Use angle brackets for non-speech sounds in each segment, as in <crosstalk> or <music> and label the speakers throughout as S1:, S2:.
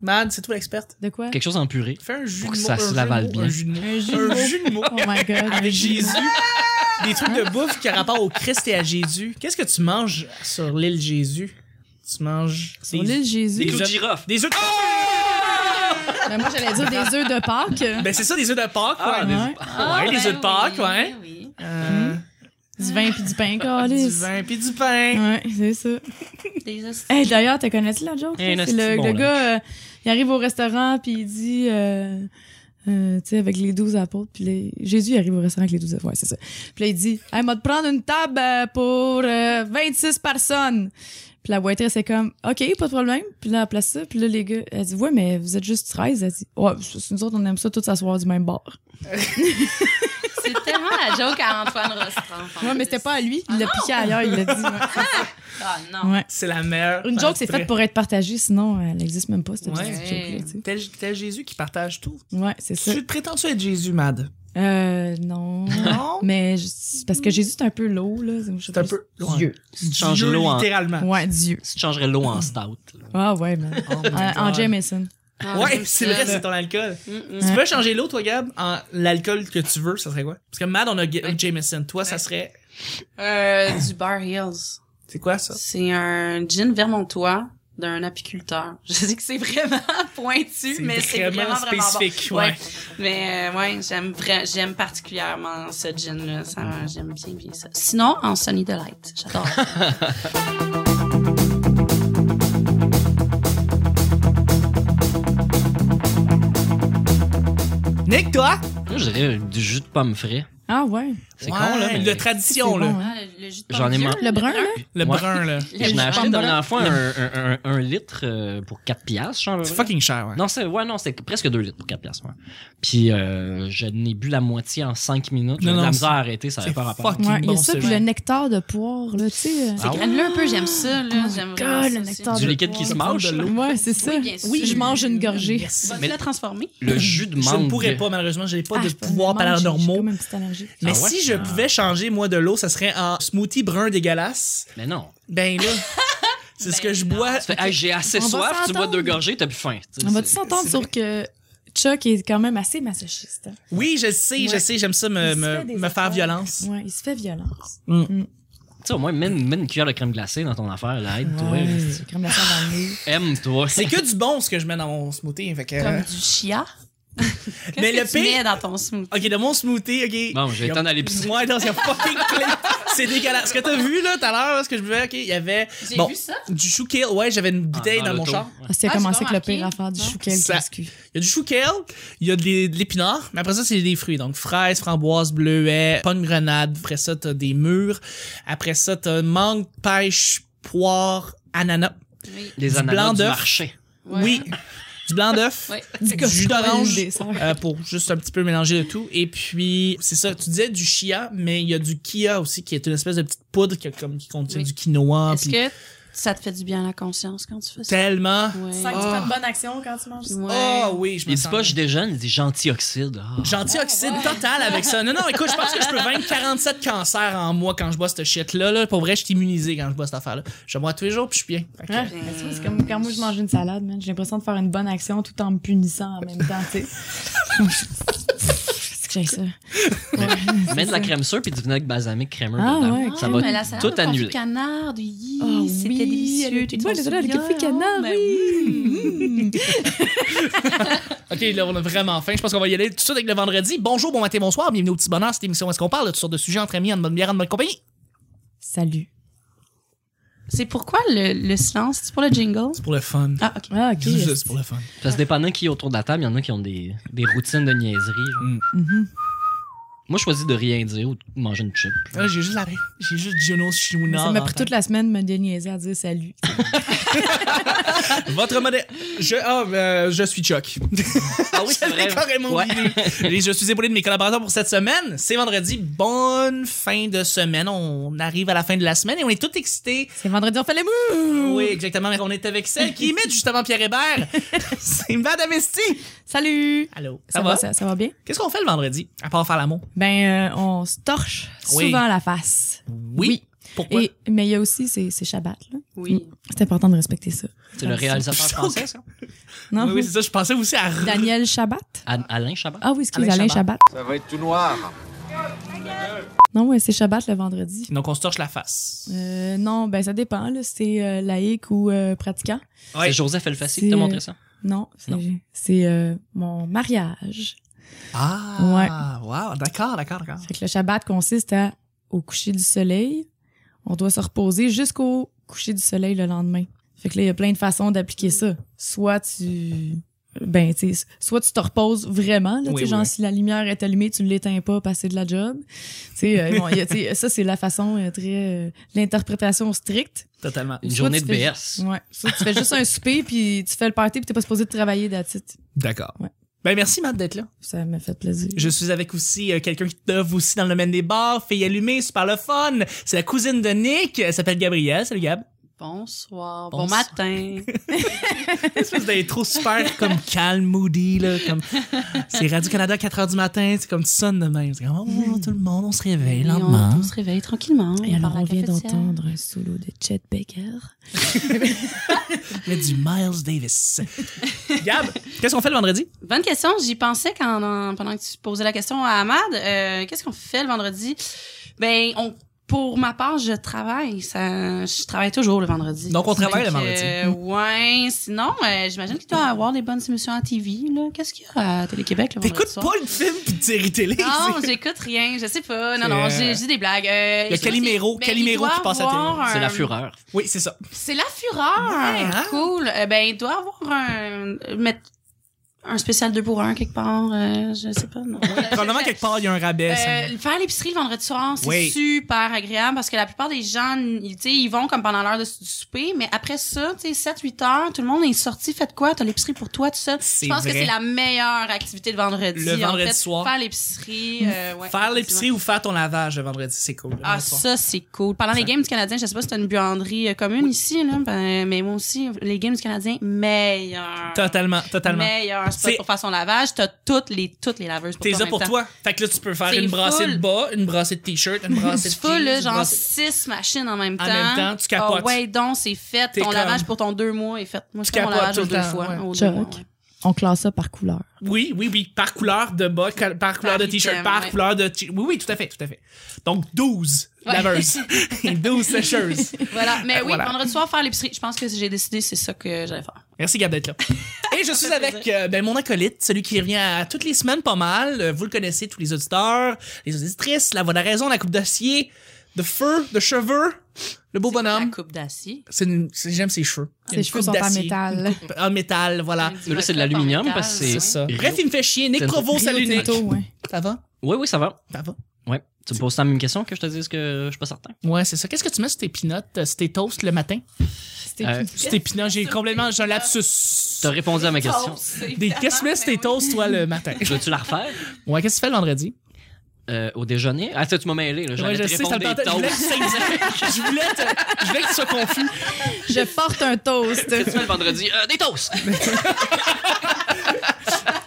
S1: Mad, c'est toi l'experte.
S2: De quoi?
S3: Quelque chose en purée.
S1: Fais un jus
S3: Pour
S1: de
S3: que
S1: mots.
S3: ça
S1: un
S3: se
S1: jus de
S3: avale
S1: mots,
S3: bien.
S1: Un jus de
S2: Un
S1: mots.
S2: jus de
S1: Un
S2: mots.
S1: jus de mots.
S2: Oh my god.
S1: Avec Jésus. Des trucs de bouffe qui a rapport au Christ et à Jésus. Qu'est-ce que tu manges sur l'île Jésus? Tu manges
S2: Sur l'île Jésus.
S1: des
S3: clous de
S1: œufs-
S3: girofle.
S1: Des œufs de
S2: Ben, moi, j'allais dire des œufs de Pâques.
S1: Ben c'est ça, des œufs de Pâques,
S3: Ah,
S1: ouais.
S3: des-
S2: Ouais. Hum.
S1: Ouais, les œufs de Pâques, ouais.
S4: ben Oui.
S1: Euh,
S2: Du vin puis du pain,
S1: du
S2: calice.
S1: vin puis du pain.
S2: Ouais, c'est ça.
S4: Des os-
S2: Hey, D'ailleurs, t'as connais-tu la joke?
S3: Eh,
S2: là?
S3: nasty
S2: C'est le,
S3: bon,
S2: le
S3: là.
S2: gars, euh, il arrive au restaurant, puis il dit, euh, euh, tu sais, avec les douze apôtres, puis les- Jésus il arrive au restaurant avec les douze apôtres, ouais, c'est ça. Puis là, il dit, « Hey, m'a te prendre une table euh, pour euh, 26 personnes! » Puis la waitress c'est comme, « OK, pas de problème. » Puis là, elle place ça, puis là, les gars, elle dit, « Ouais, mais vous êtes juste 13. » Elle dit, « Ouais, c'est- nous autres, on aime ça tous s'asseoir du même bord.
S4: C'est tellement la joke à Antoine Rostrand. »
S2: Ouais, mais c'était pas à lui, il l'a
S1: Ah
S2: piqué ailleurs, il
S1: <laughs>
S2: l'a dit. ouais.
S4: Ah non.
S2: Ouais.
S1: C'est la meilleure.
S2: Une joke, c'est faite pour être partagée, sinon euh, elle existe même pas, cette
S1: Ouais.
S2: petite joke-là, tu sais.
S1: Tel, tel Jésus qui partage tout.
S2: Ouais, c'est ça.
S1: Tu te prétends-tu être Jésus, Mad?
S2: Euh, non.
S1: <laughs> Non?
S2: Mais je- c'est parce que Jésus, c'est un peu lourd, là. Je sais
S1: C'est un
S2: pas,
S1: peu-
S2: Dieu.
S3: Tu changes hein. l'eau en.
S1: Littéralement.
S2: Ouais, Dieu.
S3: Tu changerais l'eau en stout. là.
S2: Ah, ouais, man.
S1: Oh
S2: en, en Jameson.
S4: Ah,
S1: Ouais,
S4: j'aime
S1: c'est
S4: ça.
S1: vrai, c'est ton alcool.
S4: Mm, mm.
S1: Tu peux changer l'eau, toi, Gab, en l'alcool que tu veux, ça serait quoi? Parce que Mad, on a Ga-
S4: Ouais.
S1: Jameson. Toi, ça serait.
S4: Euh, du Bar Hills.
S1: C'est quoi ça?
S4: C'est un gin vermontois d'un apiculteur. <laughs> Je dis que c'est vraiment pointu, mais c'est vraiment, vraiment bon.
S1: spécifique.
S4: Ouais.
S1: ouais.
S4: Mais euh, ouais, j'aime vra- j'aime particulièrement ce gin là, ça j'aime bien bien ça. Sinon en Sunny Delight,
S2: <laughs>
S4: j'adore.
S1: Nick, toi?
S3: Moi, je dirais du jus de pomme frais.
S2: Ah, ouais.
S3: C'est
S1: Ouais,
S3: con, là, mais.
S1: Le tradition,
S2: C'est
S1: là.
S2: bon, hein.
S4: Ah, le- le jus de
S3: J'en ai
S4: pomme
S3: marre.
S4: vieux,
S2: Le brun, là?
S1: Le
S3: Ouais.
S1: brun, là.
S4: Le
S3: Je
S4: jus
S3: l'ai
S4: de
S3: acheté
S4: pomme
S3: la
S4: brun.
S3: dernière fois un, un, un- un litre euh, pour 4 piastres, je crois, à peu
S1: C'est
S3: près.
S1: fucking cher, ouais.
S3: Non, c'est ouais, non, c'est presque 2 litres pour 4 piastres. ouais. Puis euh, je n'ai bu la moitié en 5 minutes. J'ai
S1: Non,
S3: eu de
S1: non,
S3: la misère
S1: c'est-
S3: à arrêter, ça n'avait
S1: c'est
S3: pas rapport.
S1: fucking
S2: Ouais, il y
S1: bon,
S2: a ça,
S1: ce
S2: puis
S1: jus.
S2: le nectar de poire, là, tu sais. euh,
S3: Ah ouais?
S4: Graine-le un peu, j'aime ça là,
S2: Oh
S4: j'aime
S2: my
S4: vraiment
S2: God,
S4: ça
S2: le
S4: aussi.
S2: nectar
S3: Du liquide qui se mange. là.
S2: Ouais, c'est ça.
S4: Oui, bien sûr.
S2: je mange une gorgée.
S1: Yes.
S4: Vas-tu
S3: Mais-
S4: la transformer
S3: Le jus de
S1: Je
S3: mangue.
S1: ne pourrais pas, malheureusement. J'ai pas
S2: Ah,
S1: de
S2: je peux-
S1: pouvoir
S2: mange,
S1: paranormaux.
S2: j'ai comme une petite allergie.
S1: Mais
S3: Ah ouais?
S1: si je
S3: Ah.
S1: pouvais changer, moi, de l'eau, ça serait en smoothie brun dégueulasse.
S3: Mais non.
S1: Ben là,
S2: <laughs>
S1: c'est ce
S4: Ben
S1: que je
S4: non.
S1: bois.
S3: Tu fais, Hey, j'ai assez
S2: On va
S3: soif, tu bois
S2: s'entendre.
S3: deux gorgées, t'as plus faim. Tu sais,
S2: On va-tu
S3: c'est-
S2: s'entendre
S1: c'est-
S2: sur que Chuck est quand même assez masochiste? hein?
S1: Oui, je sais, je
S2: Ouais.
S1: sais, j'aime ça me,
S2: Il se
S1: me,
S2: fait des
S1: me faire
S2: affaires.
S1: violence.
S2: Ouais, il se fait violence.
S3: Tu sais, au moins, mets une, mets une cuillère de crème glacée dans ton affaire, là. Aide-toi.
S2: Ouais, il crame la sang dans le nez.
S3: Aime-toi.
S1: C'est que du bon ce que je mets dans mon smoothie. Fait que...
S4: comme du <laughs> chia Qu'est-ce
S1: Euh. Mais
S4: que
S1: le
S4: tu
S1: pire-
S4: mets dans ton smoothie
S1: Ok, de mon smoothie, ok.
S3: Bon, je vais
S1: Il y a-
S3: t'en aller pisser.
S1: Ouais, non, c'est fucking
S3: <laughs>
S1: clean. C'est dégueulasse. Ce que t'as vu, là, tout à l'heure, là, ce que je buvais, ok, il y avait.
S4: J'ai
S1: bon,
S4: vu ça.
S1: Du chou kale. Ouais, j'avais une bouteille
S3: Ah,
S1: dans, mon
S3: l'auto.
S1: char.
S3: Ouais.
S2: Ah, C'était
S4: Ah,
S2: commencé
S4: j'ai
S2: avec
S4: pas
S2: le pire
S4: remarqué.
S2: affaire du
S4: Non.
S2: chouquel
S1: Ça-
S2: biscuit.
S1: Il y a du chou kale, il y a de l'épinard, mais après ça, c'est des fruits. Donc, fraises, framboises, bleuets, pomme-grenade. Après ça, t'as des mûres. Après ça, t'as mangue, pêche, poire, ananas.
S4: Oui.
S3: Les
S1: du
S3: ananas
S1: blanc
S3: du
S1: d'œuf.
S3: marché.
S4: Ouais. <laughs>
S1: Oui. Du blanc d'œuf.
S4: Ouais.
S1: Du jus d'orange.
S2: Des sorts.
S1: euh, pour juste un petit peu mélanger le tout. Et puis, c'est ça, tu disais du chia, mais il y a du kia aussi, qui est une espèce de petite poudre qui, a comme, qui contient
S4: Oui.
S1: du quinoa.
S4: Est-ce
S1: puis
S4: que ça te fait du bien à la conscience quand tu fais ça
S1: Tellement.
S4: Ouais.
S1: que tu fais une
S2: bonne action quand tu manges
S4: Ouais.
S1: Ah oui, je me
S3: Il dit
S1: sens-
S3: pas, je déjeune, il dit gentil oxyde. Ah.
S1: Gentil-oxyde total avec ça. Non, non, écoute, je pense que je peux vaincre 47 cancers en moi quand je bois cette shit-là. Là. Pour vrai, je suis immunisé quand je bois cette affaire-là. Je bois tous les jours, puis je suis bien. Fait que-
S4: Hein?
S2: Ben, C'est comme quand moi je mange une salade, man. J'ai l'impression de faire une bonne action tout en me punissant en même temps, tu sais.
S4: <laughs>
S2: C'est que j'ai ça. Ouais,
S3: Mets de la
S2: c'est ça.
S3: crème sûre puis du vinaigre balsamique crémeux
S2: Ah,
S3: dedans.
S2: ouais,
S3: ça
S2: ok.
S3: va
S4: mais la salade
S3: tout
S4: au confit
S3: annuler.
S4: de canard, du yi,
S2: Ah
S4: Oh, c'était
S2: oui,
S4: délicieux.
S2: avec-
S4: Tu te
S2: moi,
S4: sens
S2: les salades avec le
S4: bien.
S2: confit de canard,
S4: Ben
S1: OK, là, on a vraiment faim. Je pense qu'on va y aller tout de suite avec le vendredi. Bonjour, bon matin, bonsoir. Bienvenue au Petit Bonheur, cette émission. où Est-ce qu'on parle de toutes sortes de sujets entre amis, en bonne bière, en bonne compagnie?
S2: <laughs> Salut.
S4: C'est pourquoi le, le silence, c'est pour le jingle?
S1: C'est pour le fun.
S4: Ah, ok.
S2: Ah, ok.
S1: C'est pour le fun.
S3: Ça se dépendant qui est autour de la table, il y en a qui ont des, des routines de niaiserie. genre.
S2: Mhm.
S3: Moi, je choisis de rien dire ou de manger une chip.
S1: Ah, j'ai juste la reine. J'ai juste Gino Chouinard.
S2: Ça m'a
S1: en
S2: pris
S1: tête.
S2: toute la semaine de me déniaiser à dire salut.
S1: Votre modèle. Je, ah, euh, je suis Chuck.
S3: Ah oui,
S1: J'avais <laughs> carrément
S3: Ouais.
S1: oublié. Et je suis épaulé de mes collaborateurs pour cette semaine. C'est vendredi. Bonne fin de semaine. On arrive à la fin de la semaine et on est tout excités.
S2: C'est vendredi, on fait les mou!
S1: Oui, exactement. Mais on est avec celle qui imite justement Pierre Hébert.
S2: <laughs>
S1: C'est Madame Esti.
S2: Salut!
S1: Allô. Ça,
S2: Ça,
S1: va?
S2: va, ça, ça va bien?
S1: Qu'est-ce qu'on fait le vendredi? À part faire l'amour.
S2: Ben, euh, on se torche
S1: Oui.
S2: souvent la face.
S1: Oui. Pourquoi?
S2: Et, mais il y a aussi ces, ces Shabbats, là.
S4: Oui.
S2: C'est important de respecter ça.
S3: C'est le réalisateur français, ça?
S2: Non?
S1: oui, oui, c'est ça. Je pensais aussi à...
S2: Daniel Shabbat?
S3: Al- Alain Chabat?
S2: Ah oui, excuse,
S1: Alain
S2: Alain, Chabat.
S5: Ça va être tout noir.
S2: Non, ouais, c'est Shabbat le vendredi.
S1: Donc, on se torche la face.
S2: Euh, non, ben ça dépend, là. C'est euh, laïque ou euh, pratiquant.
S1: Ouais.
S3: C'est Joseph Elfassi
S2: C'est-
S3: qui t'a montré ça.
S2: Non, c'est-
S3: Non.
S2: c'est euh, mon mariage.
S1: Ah, wow. D'accord, d'accord, d'accord.
S2: Fait que le Shabbat consiste à, au coucher du soleil, on doit se reposer jusqu'au coucher du soleil le lendemain. Fait que là, il y a plein de façons d'appliquer ça. Soit tu, ben, tu sais, soit tu te reposes vraiment, là,
S1: Oui,
S2: tu sais,
S1: oui,
S2: genre,
S1: oui.
S2: si la lumière est allumée, tu l'éteins pas, passer de la job. Tu sais, euh, bon, il y a- tu sais, ça, c'est la façon euh, très, euh, l'interprétation stricte.
S1: Totalement.
S3: Une
S2: Soit
S3: journée
S2: tu
S3: de
S2: fais-
S3: BS.
S2: Ouais. Soit tu fais juste un souper, puis tu fais le party, puis t'es pas supposé de travailler d'attitude.
S1: D'accord.
S2: Ouais.
S1: Ben, merci, Matt, d'être là.
S2: Ça m'a fait plaisir.
S1: Je suis avec aussi euh, quelqu'un qui t'oeuvre aussi dans le domaine des bars, fille allumée, super le fun. C'est la cousine de Nick, elle s'appelle Gabrielle. Salut Gab.
S4: Bonsoir. Bon
S1: Bonsoir.
S4: matin.
S1: Espèce d'intro super <laughs> comme calme, moody, là. Comme... C'est Radio-Canada 4h du matin, c'est comme tu sonnes de même. C'est comme, oh, tout le monde, on se réveille
S4: Et on-
S1: lentement.
S4: On, se réveille tranquillement.
S2: Et alors,
S4: part à
S2: on
S4: la
S2: vient
S4: cafetière.
S2: d'entendre un solo de Chet Baker.
S1: Il y a du Miles Davis. <laughs> Gab, qu'est-ce qu'on fait le vendredi?
S4: Bonne question. J'y pensais quand, en- pendant que tu posais la question à Ahmad. Euh, Qu'est-ce qu'on fait le vendredi? Ben, on, pour ma part, je travaille. Ça, je travaille toujours le vendredi.
S1: Donc, on travaille le
S4: Donc, euh, ouais. Sinon, euh, j'imagine qu'il doit y avoir des bonnes émissions à TV. là. Qu'est-ce qu'il y a à Télé-Québec le vendredi
S1: T'écoutes
S4: soir?
S1: pas le film pis tu séries télé.
S4: Non,
S1: <laughs> c'est-
S4: j'écoute rien. Je sais pas. Non,
S1: C'est,
S4: non,
S1: euh,
S4: j'ai j'ai des blagues. Euh,
S1: Il y a
S4: je sais pas
S1: Calimero,
S4: si- ben,
S1: Calimero
S4: il doit
S1: qui passe à la
S4: avoir
S1: télé.
S4: un-
S3: C'est la fureur.
S1: Oui, c'est ça.
S4: C'est la fureur.
S1: Ouais, hein?
S4: Cool. Euh, ben, il doit avoir un, mettre un spécial 2 pour 1 quelque part. euh, je sais pas. Non.
S1: Probablement quelque part, il y a un rabais. ça.
S4: Euh, faire l'épicerie le vendredi soir, c'est
S1: Oui.
S4: super agréable parce que la plupart des gens, ils, tu sais, ils vont comme pendant l'heure de- du souper, mais après ça, tu sais, 7-8 heures, tout le monde est sorti, faites quoi? T'as l'épicerie pour toi, tout ça.
S1: C'est
S4: Je pense que
S1: vrai.
S4: c'est la meilleure activité le vendredi.
S1: Le
S4: en
S1: vendredi
S4: fait.
S1: soir.
S4: Faire l'épicerie. euh, ouais,
S1: Faire l'épicerie ou faire ton lavage le vendredi, c'est cool.
S4: ah,
S1: Le soir.
S4: ça, c'est cool. Pendant les games du Canadien, je sais pas si t'as une buanderie euh, commune ici, là, ben, mais moi aussi, les games du Canadien, meilleur.
S1: Totalement, totalement.
S4: Meilleur spot
S1: C'est-
S4: pour faire son lavage. T'as toutes les, toutes les laveuses pour
S1: T'es
S4: toi.
S1: là
S4: en même
S1: pour
S4: temps.
S1: toi. Fait que là, tu peux faire
S4: C'est
S1: une brassée
S4: full.
S1: de bas, une brassée de t-shirt,
S4: <laughs>
S1: une brassée de
S4: C'est full, là,
S1: jeans, une
S4: genre
S1: brassée-
S4: six machines en même temps.
S1: En même temps, tu capotes.
S4: Ah ouais, donc, c'est fait.
S1: T'es
S4: Ton
S1: comme-
S4: lavage pour ton deux mois est fait. Moi, je
S1: Tu
S4: fais mon
S1: capotes
S4: lavage
S1: tout
S4: aux
S1: le
S4: deux
S1: temps,
S4: fois.
S1: ouais.
S4: aux deux
S2: Chuck.
S4: mois, ouais.
S2: On classe ça par couleur.
S1: Oui, oui, oui. Par couleur de bas, cal- par couleur de
S4: item,
S1: t-shirt, par
S4: ouais.
S1: couleur de... t- Oui, oui, tout à fait, tout à fait. Donc, 12
S4: Ouais. <laughs>
S1: laveuses et 12 sécheuses.
S4: Voilà. Mais
S1: Euh,
S4: oui,
S1: voilà.
S4: vendredi soir, faire l'épicerie. Je pense que j'ai décidé, c'est ça que j'allais faire.
S1: Merci Gab d'être là. Et je suis avec euh, ben, mon acolyte, celui qui revient à toutes les semaines pas mal. Euh, Vous le connaissez, tous les auditeurs, les auditrices, la voix de la raison, la coupe d'acier, de feu, de cheveux, le beau
S4: La
S1: bonhomme.
S4: coupe d'acier.
S1: C'est une- c'est- J'aime ses cheveux. Il y a
S2: Ses
S1: une
S2: cheveux
S1: coupe
S2: sont en
S1: d'acier.
S2: métal.
S1: En métal, voilà.
S3: Mais là, c'est de l'aluminium parce que
S1: C'est
S3: Ouais.
S1: ça.
S3: Rio-
S1: Bref, il me fait chier. Nick
S3: Tinto.
S1: Provo, salut
S2: Rio
S1: Nick.
S2: Tinto, ouais.
S1: Ça va?
S3: Oui, oui, ça va.
S1: Ça va?
S3: Ouais. Tu me poses la même question que je te dise que je suis pas certain.
S1: Ouais, c'est ça. Qu'est-ce que tu mets sur tes peanuts, euh, sur tes toasts le matin?
S2: C'était
S3: Euh,
S1: Sur tes peanuts, j'ai complètement, j'ai un lapsus.
S3: T'as répondu
S4: Oh,
S3: à ma question.
S1: Des, qu'est-ce que tu mets sur tes toasts, toi, le matin? <laughs>
S3: Je Veux-tu la refaire?
S1: Ouais, qu'est-ce que tu fais le vendredi?
S3: Euh, au déjeuner? Ah, ça, tu m'as mêlé, là. J'allais
S1: Ouais, je
S3: te
S1: sais, ça
S3: répondre
S1: me
S3: des
S1: tentait. <laughs> Je voulais, que- je
S3: toasts.
S1: voulais te- je voulais que tu sois confus.
S2: Je porte un toast.
S3: Qu'est-ce que tu fais le vendredi? Euh,
S1: <laughs>
S3: des toasts!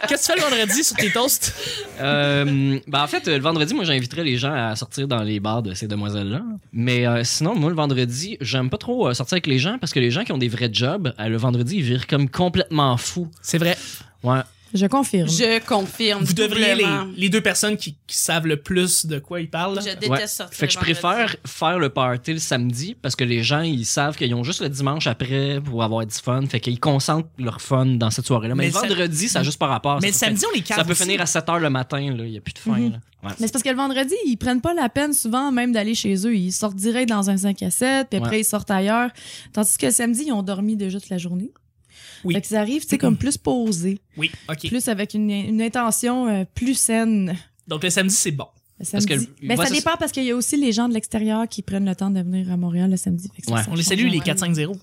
S1: Qu'est-ce que tu fais le vendredi sur tes toasts?
S3: Euh, ben en fait, euh, le vendredi, moi, j'inviterais les gens à sortir dans les bars de ces demoiselles-là. Mais euh, sinon, moi, le vendredi, j'aime pas trop euh, sortir avec les gens parce que les gens qui ont des vrais jobs, euh, le vendredi, ils virent comme complètement fous.
S1: C'est vrai.
S3: Ouais.
S2: <laughs> Je confirme.
S4: Je confirme.
S1: Vous devriez les,
S4: doublement.
S1: les deux personnes qui, qui savent le plus de quoi ils parlent.
S4: Je
S1: là.
S4: déteste
S3: Ouais.
S4: sortir.
S3: Fait que je
S4: le vendredi.
S3: préfère faire le party le samedi parce que les gens, ils savent qu'ils ont juste le dimanche après pour avoir du fun. Fait qu'ils concentrent leur fun dans cette soirée-là. Mais,
S1: Mais
S3: le
S1: le sam-
S3: vendredi, ça a juste pas rapport.
S1: Mais le
S3: ça peut
S1: samedi, on les
S3: fin-
S1: calme.
S3: ça peut
S1: aussi. Mm-hmm.
S3: finir à 7 h le matin, là. Il y a plus de fin,
S2: Mhm.
S3: là. Ouais.
S2: Mais c'est parce que le vendredi, ils prennent pas la peine souvent même d'aller chez eux. Ils sortent direct dans un 5 à 7, puis après ils sortent ailleurs. Tandis que le samedi, ils ont dormi déjà toute la journée.
S1: Oui.
S2: Fait qu'ils arrivent, tu sais, comme plus posés,
S1: Oui, OK.
S2: plus avec une, une intention euh, plus saine.
S1: Donc le samedi, c'est bon.
S2: Le
S3: Parce
S2: samedi.
S3: que-
S2: Mais
S3: ouais,
S2: ça
S3: c'est-
S2: dépend parce qu'il y a aussi les gens de l'extérieur qui prennent le temps de venir à Montréal le samedi. Fait que ça,
S3: Ouais.
S2: ça
S1: On les
S2: change
S1: salue, les
S2: vraiment.
S1: 4-5-0.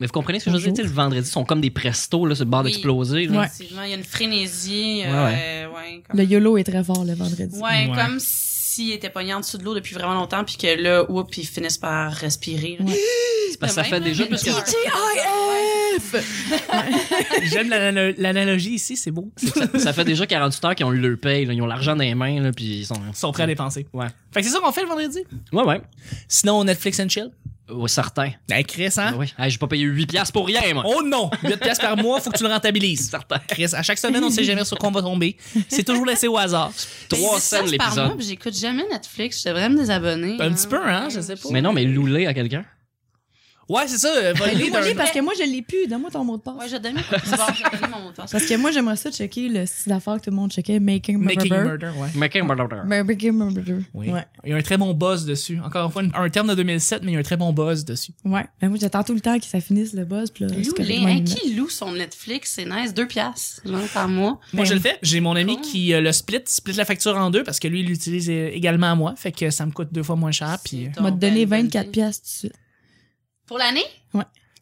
S3: Mais vous comprenez ce que je veux dire?
S2: Bonjour.
S3: Tu sais, Le vendredi, ils sont comme des prestos, là, sur le bord
S4: Oui.
S3: d'exploser. là.
S2: Ouais.
S4: Effectivement, il y a une frénésie.
S3: Ouais,
S4: euh, ouais, comme-
S2: Le YOLO est très fort le vendredi.
S4: Ouais,
S1: Ouais.
S4: comme s'il était pogné en dessous de l'eau depuis vraiment longtemps, puis que là, oups, ils finissent par respirer. là. <gasps>
S2: Ouais.
S3: C'est parce que ça
S4: Même, hein,
S3: fait
S4: là,
S3: déjà
S4: mais
S3: plus que
S4: le soir.
S2: T.I.L. positif.
S1: J'aime l'analo- l'analogie ici, c'est beau. Ils
S3: Ça fait déjà 48 heures qu'ils ont eu le paye, là. ils ont l'argent dans les mains, là, puis ils sont.
S1: sont prêts à dépenser.
S3: Ouais.
S1: Fait que c'est ça qu'on fait le vendredi.
S3: Ouais, ouais.
S1: Sinon, Netflix and chill.
S3: Ouais, certain.
S1: Ben, Chris, hein?
S3: Ouais. Hey, J'ai pas payé 8$ piastres pour rien, moi.
S1: Oh non! 8 piastres par mois, faut que tu le rentabilises. Chris, à chaque semaine, on sait jamais sur quoi on va tomber. C'est toujours laissé au hasard.
S3: Trois
S4: Ça,
S3: scènes
S4: c'est par mois,
S3: l'épisode.
S4: puis J'écoute jamais Netflix, je devrais me désabonner.
S1: Un petit peu, hein? Je sais pas.
S3: Mais non, mais louler à quelqu'un.
S1: Ouais, c'est ça. euh, voler
S2: Moi,
S1: d'un-
S2: j'ai parce que moi, je l'ai plus. Donne-moi ton mot de passe.
S4: Ouais, je donne je donne mon mot de passe.
S2: Parce que moi, j'aimerais ça checker le style d'affaires que tout le monde checkait, Making
S1: Making
S2: Murder.
S1: Murder, ouais.
S3: Making murder.
S2: Mais Making Murder.
S1: Oui.
S2: Ouais.
S1: Il y a un très bon buzz dessus. Encore une fois, une- un terme de 2007, mais il y a un très bon buzz dessus.
S2: Ouais. Mais moi, j'attends tout le temps que ça finisse le buzz. Puis là, c'est
S4: Lou, les,
S2: correctement
S4: hein,
S2: une-
S4: qui loue son Netflix, c'est nice, deux piastres, genre, par mois.
S1: Moi,
S2: Ben,
S1: je le fais. J'ai mon ami
S4: cool.
S1: qui euh, le split, split la facture en deux parce que lui, il l'utilise euh, également à moi. Fait que ça me coûte deux fois moins cher. Puis euh,
S4: C'est
S2: m'a
S4: donc
S2: donné
S4: ben une bonne
S2: 24
S4: idée.
S2: piastres tout de suite.
S4: Pour l'année?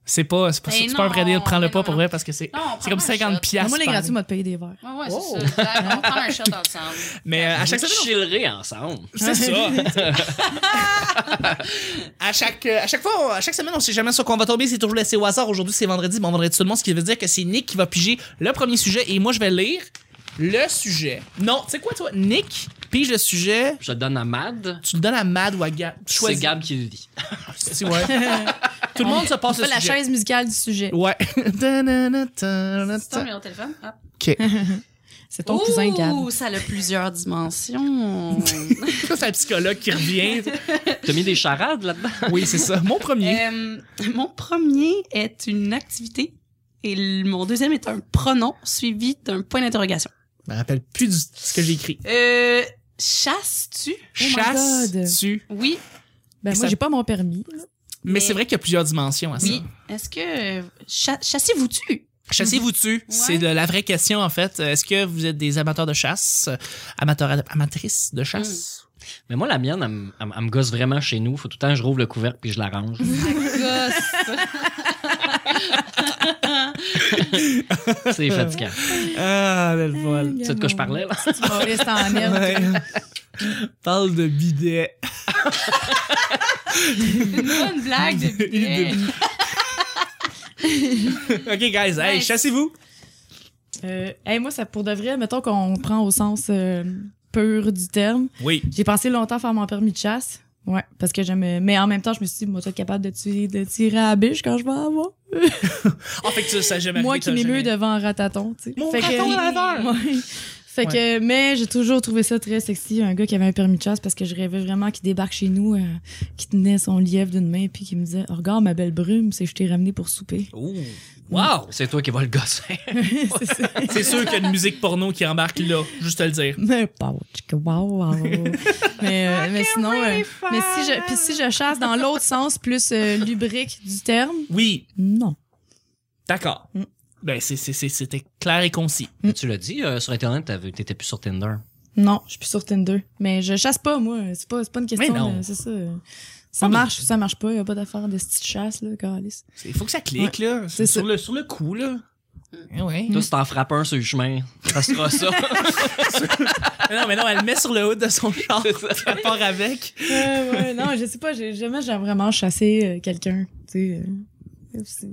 S1: c'est pas, c'est pas,
S4: Mais
S1: c'est pas un vrai
S4: Ben non,
S1: deal. Prends-le
S4: mais
S1: pas
S4: non,
S1: pour
S4: non.
S1: vrai parce que c'est,
S4: Non, on
S1: c'est
S4: prend
S1: comme
S4: un
S1: 50
S4: Ah, shot.
S1: piastres.
S2: Moi, les
S1: par-
S2: gratuits m'a payé des verres.
S4: Ouais, ouais,
S1: Oh.
S4: c'est ça. On prend un shot
S1: <laughs>
S4: ensemble.
S1: Mais euh, à chaque
S3: Vous
S1: semaine,
S3: chillerez ensemble.
S1: C'est ça. <laughs> à, chaque, euh, à chaque fois, on- à chaque semaine, on sait jamais sur quoi on va tomber. C'est toujours laissé au hasard. Aujourd'hui, c'est vendredi. Bon, vendredi tout le monde, ce qui veut dire que c'est Nick qui va piger le premier sujet et moi, je vais lire le sujet. Non, tu sais quoi, toi? Nick pige le sujet.
S3: Je te donne à Mad.
S1: Tu le donnes à Mad ou à Gab. Tu
S3: C'est
S1: choisis.
S3: Gab qui le dit.
S1: Si, ouais. tout le monde se passe le
S2: Pas la
S1: sujet.
S2: chaise musicale du sujet.
S1: Ouais. <laughs> Ta-na-na, ta-na-na,
S4: C'est ton
S1: ta.
S4: numéro de téléphone? Hop.
S1: Ok.
S2: C'est ton cousin, Gab.
S4: Ouh, ça a plusieurs
S1: <laughs>
S4: dimensions.
S1: Ça, c'est un psychologue qui revient.
S3: T'as mis des charades là-dedans?
S1: Oui, c'est ça. Mon premier.
S4: Euh, mon premier est une activité et l- mon deuxième est un pronom suivi d'un point d'interrogation.
S1: Je me rappelle plus de ce que j'ai écrit.
S4: Euh, chasses-tu?
S2: my
S1: Chasse,
S2: God.
S1: tu.
S4: Oui.
S2: Ben, moi,
S1: Ça-
S2: j'ai pas mon permis. là.
S1: Mais,
S4: Mais-
S1: c'est vrai qu'il y a plusieurs dimensions à ça.
S4: Oui. Est-ce que... euh, cha- <laughs> chassez-vous-tu?
S1: Chassez-vous dessus. C'est de- la vraie question, en fait. Est-ce que vous êtes des amateurs de chasse? euh, Amateurs, amatrices de chasse?
S3: Mais moi, la mienne, elle, me- elle me- elle me gosse vraiment chez nous. Faut tout le temps que je rouvre le couvercle puis je l'arrange.
S4: Ah,
S3: C'est fatigant.
S1: Ah, belle voile.
S3: C'est de quoi je parlais, là?
S2: Tu humoriste en merde.
S1: Ouais. <laughs> Parle de bidet.
S4: Une bonne blague de bidet.
S1: OK, guys. Hey,
S4: Nice.
S1: chassez-vous.
S2: Euh, hey, moi, ça pour de vrai, mettons qu'on prend au sens euh, pur du terme.
S1: Oui.
S2: J'ai pensé longtemps à faire mon permis de chasse. Ouais, parce que j'aime. Mais en même temps, je me suis dit, moi, tu capable de tuer, de tirer à la biche quand je vais en avoir.
S1: En fait, que ça, ça a jamais
S2: Moi
S1: arrivé,
S2: qui
S1: t'as
S2: m'émeut
S1: jamais-
S2: devant un rataton, tu sais.
S1: Mon
S2: Fait que-
S1: raton laveur!
S2: <laughs> Ouais. Fait que, mais j'ai toujours trouvé ça très sexy, un gars qui avait un permis de chasse, parce que je rêvais vraiment qu'il débarque chez nous, euh, qui tenait son lièvre d'une main, puis qui me disait, oh, regarde ma belle brume, c'est que je t'ai ramené pour souper.
S1: Ouh. Wow!
S3: C'est toi qui vas le gosser.
S2: <laughs> C'est ça.
S1: C'est sûr qu'il y a une musique porno qui embarque là, juste te le dire.
S2: Mais pas au chica, wow,
S1: <laughs>
S2: wow. mais, euh,
S1: Ah,
S2: mais sinon, euh, mais si je, puis si je chasse dans l'autre sens, plus euh, lubrique du terme,
S1: Oui,
S2: non.
S1: d'accord.
S2: Mm.
S1: Ben, c'est- c'est- c'est- c'était clair et concis.
S3: Mais tu l'as dit, euh, sur Internet, t'avais- t'étais plus sur Tinder.
S2: Non, je suis plus sur Tinder. Mais je chasse pas, moi. C'est pas, c'est pas une question.
S1: Mais non.
S2: de- C'est ça. Ça
S1: Ah, mais-
S2: marche ou ça marche pas. Y a pas d'affaire de style chasse, là, Carlis.
S1: Il faut que ça clique, là.
S2: c'est
S1: sur,
S2: ça.
S1: le, sur le coup, là. Eh Ouais.
S4: Mm.
S3: Toi, si t'en frappes un sur le chemin, ça sera
S4: <laughs>
S3: ça.
S1: Mais non, mais non, elle le met sur le haut de <laughs> son char. Elle part avec.
S2: Euh, ouais, non, je sais pas. j'ai- Jamais j'ai vraiment chassé euh, quelqu'un. Tu sais. euh, c'est-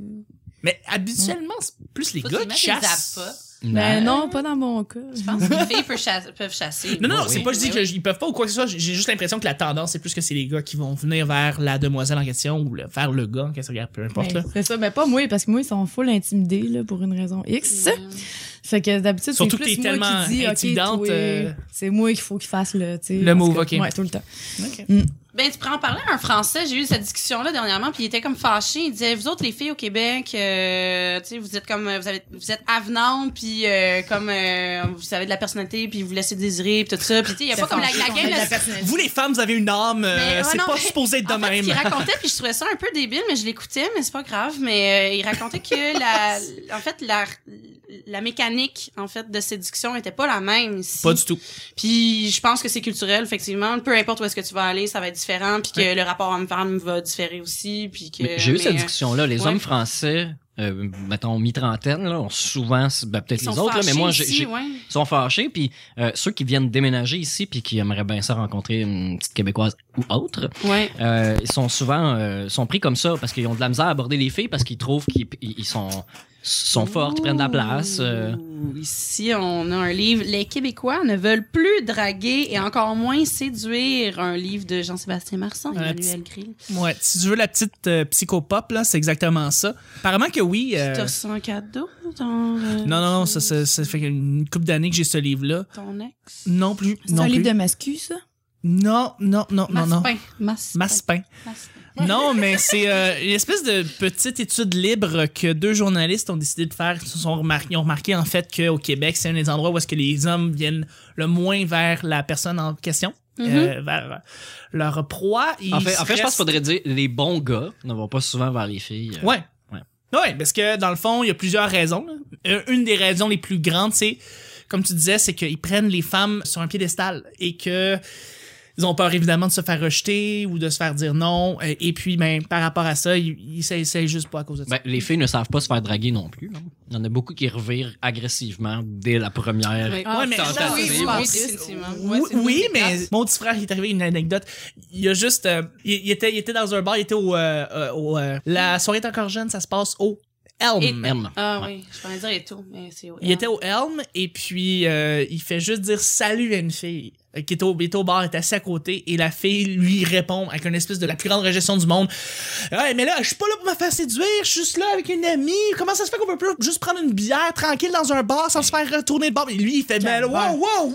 S1: Mais habituellement, c'est plus les
S4: Faut
S1: gars
S4: qu'ils
S1: qui
S4: mettent
S1: chassent.
S4: des appâts.
S2: Ben non, pas dans mon cas. Ben,
S4: Je pense que les filles peuvent chasser. Peuvent chasser.
S1: Non, non, non,
S3: Oui.
S1: c'est pas, je dis qu'ils peuvent pas ou quoi que ce soit. J'ai juste l'impression que la tendance, c'est plus que c'est les gars qui vont venir vers la demoiselle en question ou le- vers le gars en question, regarde, peu importe, là.
S2: Ben, C'est ça, mais pas moi, parce que moi, ils sont full intimidés, là, pour une raison X. Fait que d'habitude, c'est
S1: Surtout que
S2: plus
S1: t'es
S2: moi
S1: tellement
S2: qui dis, OK,
S1: intimidante,
S2: toi,
S1: euh,
S2: C'est moi qu'il faut qu'il fasse le, tu sais,
S1: Le
S2: en tout
S1: move,
S2: cas.
S1: OK.
S2: Ouais, tout le temps.
S4: Ben, tu prends en parler à un Français. J'ai eu cette discussion-là dernièrement, puis il était comme fâché. Il disait, vous autres, les filles au Québec, euh, tu sais, vous êtes comme, vous avez, vous êtes avenantes, puis euh, comme, euh, vous avez de la personnalité, puis vous laissez désirer, puis tout ça. Puis tu sais, il y a pas comme la, la game de-
S1: Vous, les femmes, vous avez une âme, euh,
S4: Mais, ouais,
S1: c'est
S4: non,
S1: pas
S4: mais-
S1: supposé être de
S4: En fait,
S1: même.
S4: ce qu'il racontait, puis je trouvais ça un peu débile, mais je l'écoutais, mais c'est pas grave. Mais euh, il racontait <laughs> que la, en fait, la, la mécanique, en fait, de séduction était pas la même ici.
S1: Pas du tout.
S4: Puis je pense que c'est culturel, effectivement. Peu importe où est-ce que tu vas aller, ça va être différent, puis que le rapport homme-femme va différer aussi, puis que.
S3: Mais J'ai eu cette
S4: mais, euh,
S3: discussion-là. Les
S4: ouais.
S3: hommes français euh, mettons, mi-trentaine, là, ont souvent, ben, peut-être
S4: Ils sont
S3: les autres, là, mais
S4: fâchés
S3: moi, j'ai-
S4: ici,
S3: j'ai-
S4: ouais.
S3: ils sont fâchés, puis euh, ceux qui viennent déménager ici, puis qui aimeraient bien ça rencontrer une petite Québécoise ou autre,
S4: Ouais.
S3: euh, ils sont souvent euh, sont pris comme ça parce qu'ils ont de la misère à aborder les filles parce qu'ils trouvent qu'ils ils- ils sont, sont forts, ils prennent de la place. euh.
S4: Ouh, Ici, on a un livre. Les Québécois ne veulent plus draguer et encore moins séduire. Un livre de Jean-Sébastien Marsan,
S1: Un
S4: Emmanuel Grill.
S1: Ouais, si tu veux la petite euh, psychopop, là, c'est exactement ça. Apparemment que oui. euh,
S4: Tu as ça en cadeau, ton, euh,
S1: non, non, non, ça, ça, ça fait une couple d'années que j'ai ce livre-là.
S4: ton ex.
S1: Non plus.
S2: C'est
S1: Non,
S2: un
S1: plus.
S2: livre de mascu, ça?
S1: non, non, non, non, non.
S4: Massepain. Massepain.
S1: Massepain.
S4: Massepain.
S1: <laughs> Non, mais c'est euh, une espèce de petite étude libre que deux journalistes ont décidé de faire. Ils, se sont remarqués, ils ont remarqué en fait qu'au Québec, c'est un des endroits où est-ce que les hommes viennent le moins vers la personne en question,
S4: Mhm.
S1: euh, vers leur proie. Ils
S3: Mm-hmm. En fait, en fait, je pense
S1: restent-
S3: qu'il faudrait dire les bons gars ne vont pas souvent vers les filles. euh.
S1: Ouais. Ah
S3: Ouais.
S1: Ouais, parce que dans le fond, il y a plusieurs raisons. là. Euh, Une des raisons les plus grandes, c'est, comme tu disais, c'est qu'ils prennent les femmes sur un piédestal et que ils ont peur évidemment de se faire rejeter ou de se faire dire non. Euh, Et puis, ben, par rapport à ça, ils ils s'essayent juste pas à cause de ça.
S3: Ben, les filles ne savent pas se faire draguer non plus. hein. Il y en a beaucoup qui revirent agressivement dès la première.
S4: Oui.
S1: Ah, Ouais, mais-
S3: Ah,
S4: oui,
S3: oui,
S4: oui,
S2: oui,
S4: définitivement.
S1: Oui,
S4: Ouais, c'est une
S1: oui,
S4: des
S1: mais
S4: places.
S1: mon petit frère, il est arrivé une anecdote. Il a juste, euh, il, il était, il était dans un bar, il était au, euh, euh, au, euh, la soirée est encore jeune, ça se passe au Elm.
S4: Et-
S3: Même.
S4: Ah
S3: Ouais.
S4: oui, je pensais dire et tout, mais c'est
S1: Il était au Helm et puis euh, il fait juste dire salut à une fille euh, qui est au, est au bar, est assise à côté et la fille lui répond avec une espèce de la plus grande régestion du monde. Ouais, mais là, je suis pas là pour me faire séduire, je suis juste là avec une amie. Comment ça se fait qu'on peut plus juste prendre une bière tranquille dans un bar sans se faire retourner le bar? Et lui, il fait mal. Wow, wow, wow,